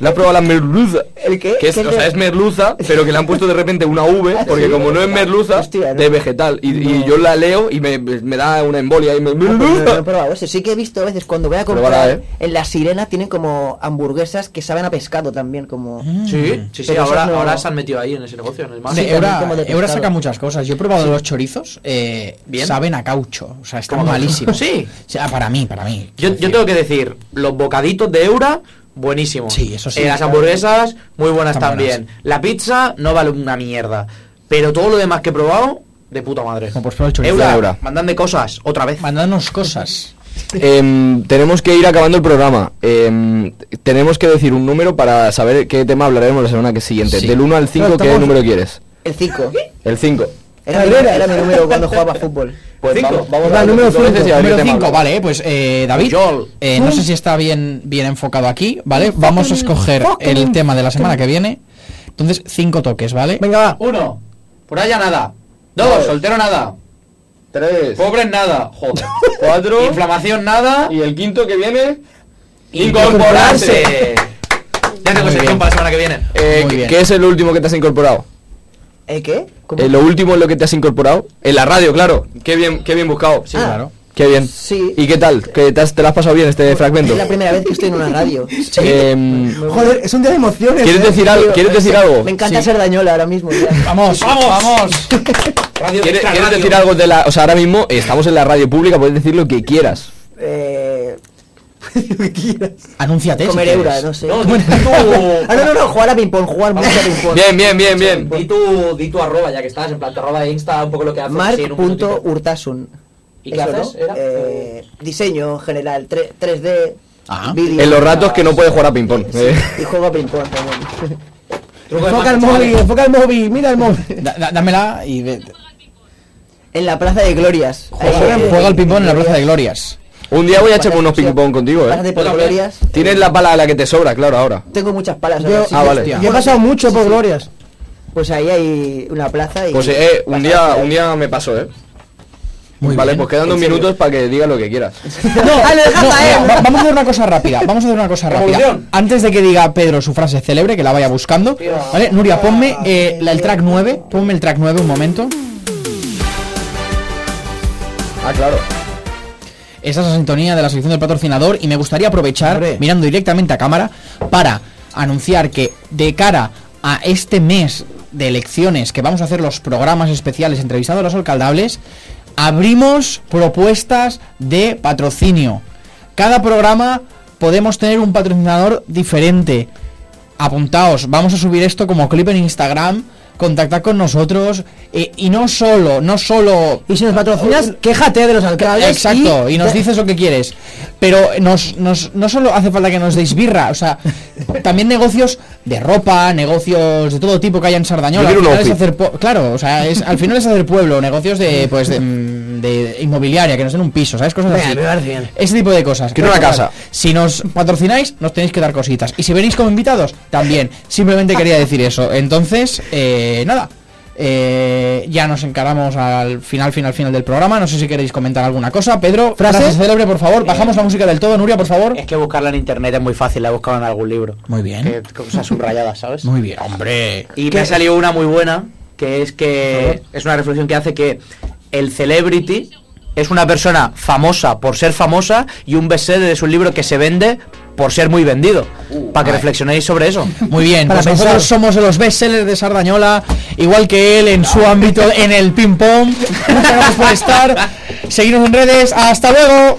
B: ¿La has probado la merluza?
I: ¿El qué?
B: Que es,
I: ¿Qué
B: o
I: es
B: sea,
I: la-
B: es merluza, pero que le han puesto de repente una V, porque como no es merluza,
I: Hostia, no.
B: de vegetal. Y, y yo la leo y me, me da una embolia y me...
I: No, pues no, no he
B: ¡Merluza!
I: probado eso. Sí que he visto a veces cuando voy a comprar
B: Probará, ¿eh?
I: en la sirena tienen como hamburguesas que saben a pescado también, como.
F: Ah,
A: Mm.
F: Sí, sí, sí.
I: Pero
F: Ahora,
I: esas no-
F: ahora se han metido ahí en ese negocio. En Ah, el mar.
A: De
I: Sí,
A: Eura,
I: también como de
A: Eura
I: pescado.
A: saca muchas cosas. Yo he probado los chorizos, eh,
F: Bien.
A: saben a caucho, o sea, están
F: ¿Cómo caucho?
A: malísimos.
F: Sí.
A: O sea, para mí, para mí.
F: Yo, yo tengo que decir, los bocaditos de Eura, buenísimos.
A: Sí, eso sí.
F: Eh, las hamburguesas, muy buenas
A: Están buenas.
F: también. La pizza no vale una mierda. Pero todo lo demás que he probado, de puta madre.
A: Como pues por el chorizo.
F: Eura,
B: Eura.
F: mandadme cosas, otra vez.
A: Mandadnos cosas.
B: Em, tenemos que ir acabando el programa. Em, tenemos que decir un número para saber qué tema hablaremos la semana que siguiente.
A: Sí.
B: Del 1 al 5,
I: Pero
B: ¿qué
I: estamos-
B: número quieres?
I: El 5.
B: El 5.
I: Era, mi- era mi número cuando jugaba a fútbol.
B: Pues
F: Cinco.
B: vamos, vamos
I: Va,
B: dando
I: número
B: cinco veces y a ver
A: Número
B: qué tema
A: 5,
B: hablamos.
A: vale, pues eh, David,
F: Joel.
A: eh, no sé si está bien, bien enfocado aquí, ¿vale? Vamos a escoger el tema de la semana que viene. Entonces, cinco toques, ¿vale?
I: Venga, va.
F: Uno, por allá nada. Dos, soltero nada.
B: Tres,
F: Pobres nada. Joder.
B: cuatro...
F: Inflamación nada.
B: Y el quinto que viene...
F: Incorporarse. Ya tengo
A: Muy
F: sección
A: bien.
F: para la semana que viene.
B: Eh,
A: Muy
B: ¿qué-
A: bien.
B: ¿Qué es el último que te has incorporado?
I: ¿El qué? ¿Cómo?
B: Eh, lo último en lo que te has incorporado. En la radio, claro. Qué bien, qué bien buscado. Ah.
A: Sí, claro.
B: Qué bien.
I: Sí. Pues,
B: ¿Y qué tal? ¿Que te, has- te lo has pasado bien este fragmento?
I: Es la primera vez que estoy en una radio.
B: Em,
C: joder, es un día de emociones.
B: ¿Quieres
C: ¿eh?
B: decir algo?
I: Tío,
B: ¿Quieres decir algo?
I: Me encanta
A: Sí.
I: ser dañola ahora mismo. ya.
A: Vamos, vamos,
F: Radio
B: ¿Quieres,
F: Extra
B: quieres
F: Radio.
B: decir algo de la... O sea, ahora mismo eh, estamos en la radio pública, puedes decir lo que quieras.
I: Eh,
A: Anúnciate. si
I: comer
A: quieres.
I: eura, no sé.
F: No,
I: Comer-
F: tú-
I: ah, no, no, no, jugar a ping-pong, jugar mucho a ping-pong.
B: Bien, bien, bien, bien.
F: Di tu, di tu arroba ya que estás, en plan, tu arroba de Insta, un poco lo que haces. sí, en un minutito.
I: Mark.urtasun.
F: ¿Y qué
I: Eso,
F: haces?
I: ¿no?
F: Era-
I: Eh, diseño general, tre- 3D,
A: Ah.
I: vídeo.
B: En los ratos que no puedes jugar a ping-pong. eh.
I: Y juego a ping-pong también.
F: Truco de
C: Enfoca el
F: magia,
C: móvil,
F: chavales.
C: enfoca el móvil, mira el móvil.
A: Da- da- dámela y ve-
I: En la Plaza de Glorias.
A: juega, juega al ping-pong en la Plaza de Glorias.
B: Un día voy a echarme
I: Pásate-
B: unos ping-pong contigo,
I: Pásate
B: eh.
I: por
F: Yo también.
I: Glorias.
B: Tienes la pala a la que te sobra, claro, ahora.
I: Tengo muchas palas.
C: Yo,
I: ahora sí,
B: Ah, vale.
I: hostia.
C: yo he pasado mucho por glorias.
I: Pues ahí hay una plaza y...
B: Pues eh, un día, un día me pasó, eh.
A: Muy
B: vale,
A: bien.
B: pues quedan dos minutos para que digas lo que quieras.
I: ¡Ah, lo dejas
A: No,
I: a él!
A: mira, va- vamos a hacer una cosa rápida. Vamos a hacer una cosa rápida.
F: Evolución.
A: Antes de que diga Pedro su frase célebre, que la vaya buscando. ¿Vale? Nuria, ponme eh, la- el track 9. Ponme el track 9 un momento.
B: Ah, claro.
A: Esa es la sintonía de la sección del patrocinador. Y me gustaría aprovechar,
C: Hombre.
A: mirando directamente a cámara, para anunciar que de cara a este mes de elecciones que vamos a hacer los programas especiales entrevistando a los alcaldables, abrimos propuestas de patrocinio. Cada programa podemos tener un patrocinador diferente. apuntaos, vamos a subir esto como clip en Instagram, contactad con nosotros eh, y no solo, no solo...
C: Y si nos patrocinas, quéjate de los alcaldes.
A: Exacto, y nos dices lo que quieres. Pero nos, nos- no solo hace falta que nos deis birra, o sea, también negocios de ropa, negocios de todo tipo que haya en Sardañola.
B: Yo quiero
A: Al
B: un
A: final es
B: outfit.
A: hacer po- claro, o sea, es, al final es hacer pueblo, negocios de, pues, de, mm, de inmobiliaria, que nos den un piso, ¿sabes? Cosas
C: Venga,
A: así.
C: me parece bien.
A: Ese tipo de cosas.
B: Quiero una
A: Recordad,
B: casa.
A: Si nos patrocináis, nos tenéis que dar cositas. Y si venís como invitados, también. Simplemente quería decir eso. Entonces, eh, nada. Eh, ya nos encaramos al final, final, final del programa. No sé si queréis comentar alguna cosa. Pedro, frase, célebre, por favor. Bajamos la música del todo, Nuria, por favor.
F: Es que buscarla en internet es muy fácil, la he buscado en algún libro.
A: Muy bien.
F: Que- cosas subrayadas, ¿sabes?
A: Muy bien, hombre.
F: Y me ha salido una muy buena, que es que es una reflexión que hace que el celebrity es una persona famosa por ser famosa y un bestseller es un libro que se vende por ser muy vendido. para que reflexionéis sobre eso.
A: Muy bien,
C: Para
A: pues nosotros somos los bestsellers de Sardañola, igual que él en su ámbito en el ping-pong. Muchas gracias por estar. Seguirnos en redes. ¡Hasta luego!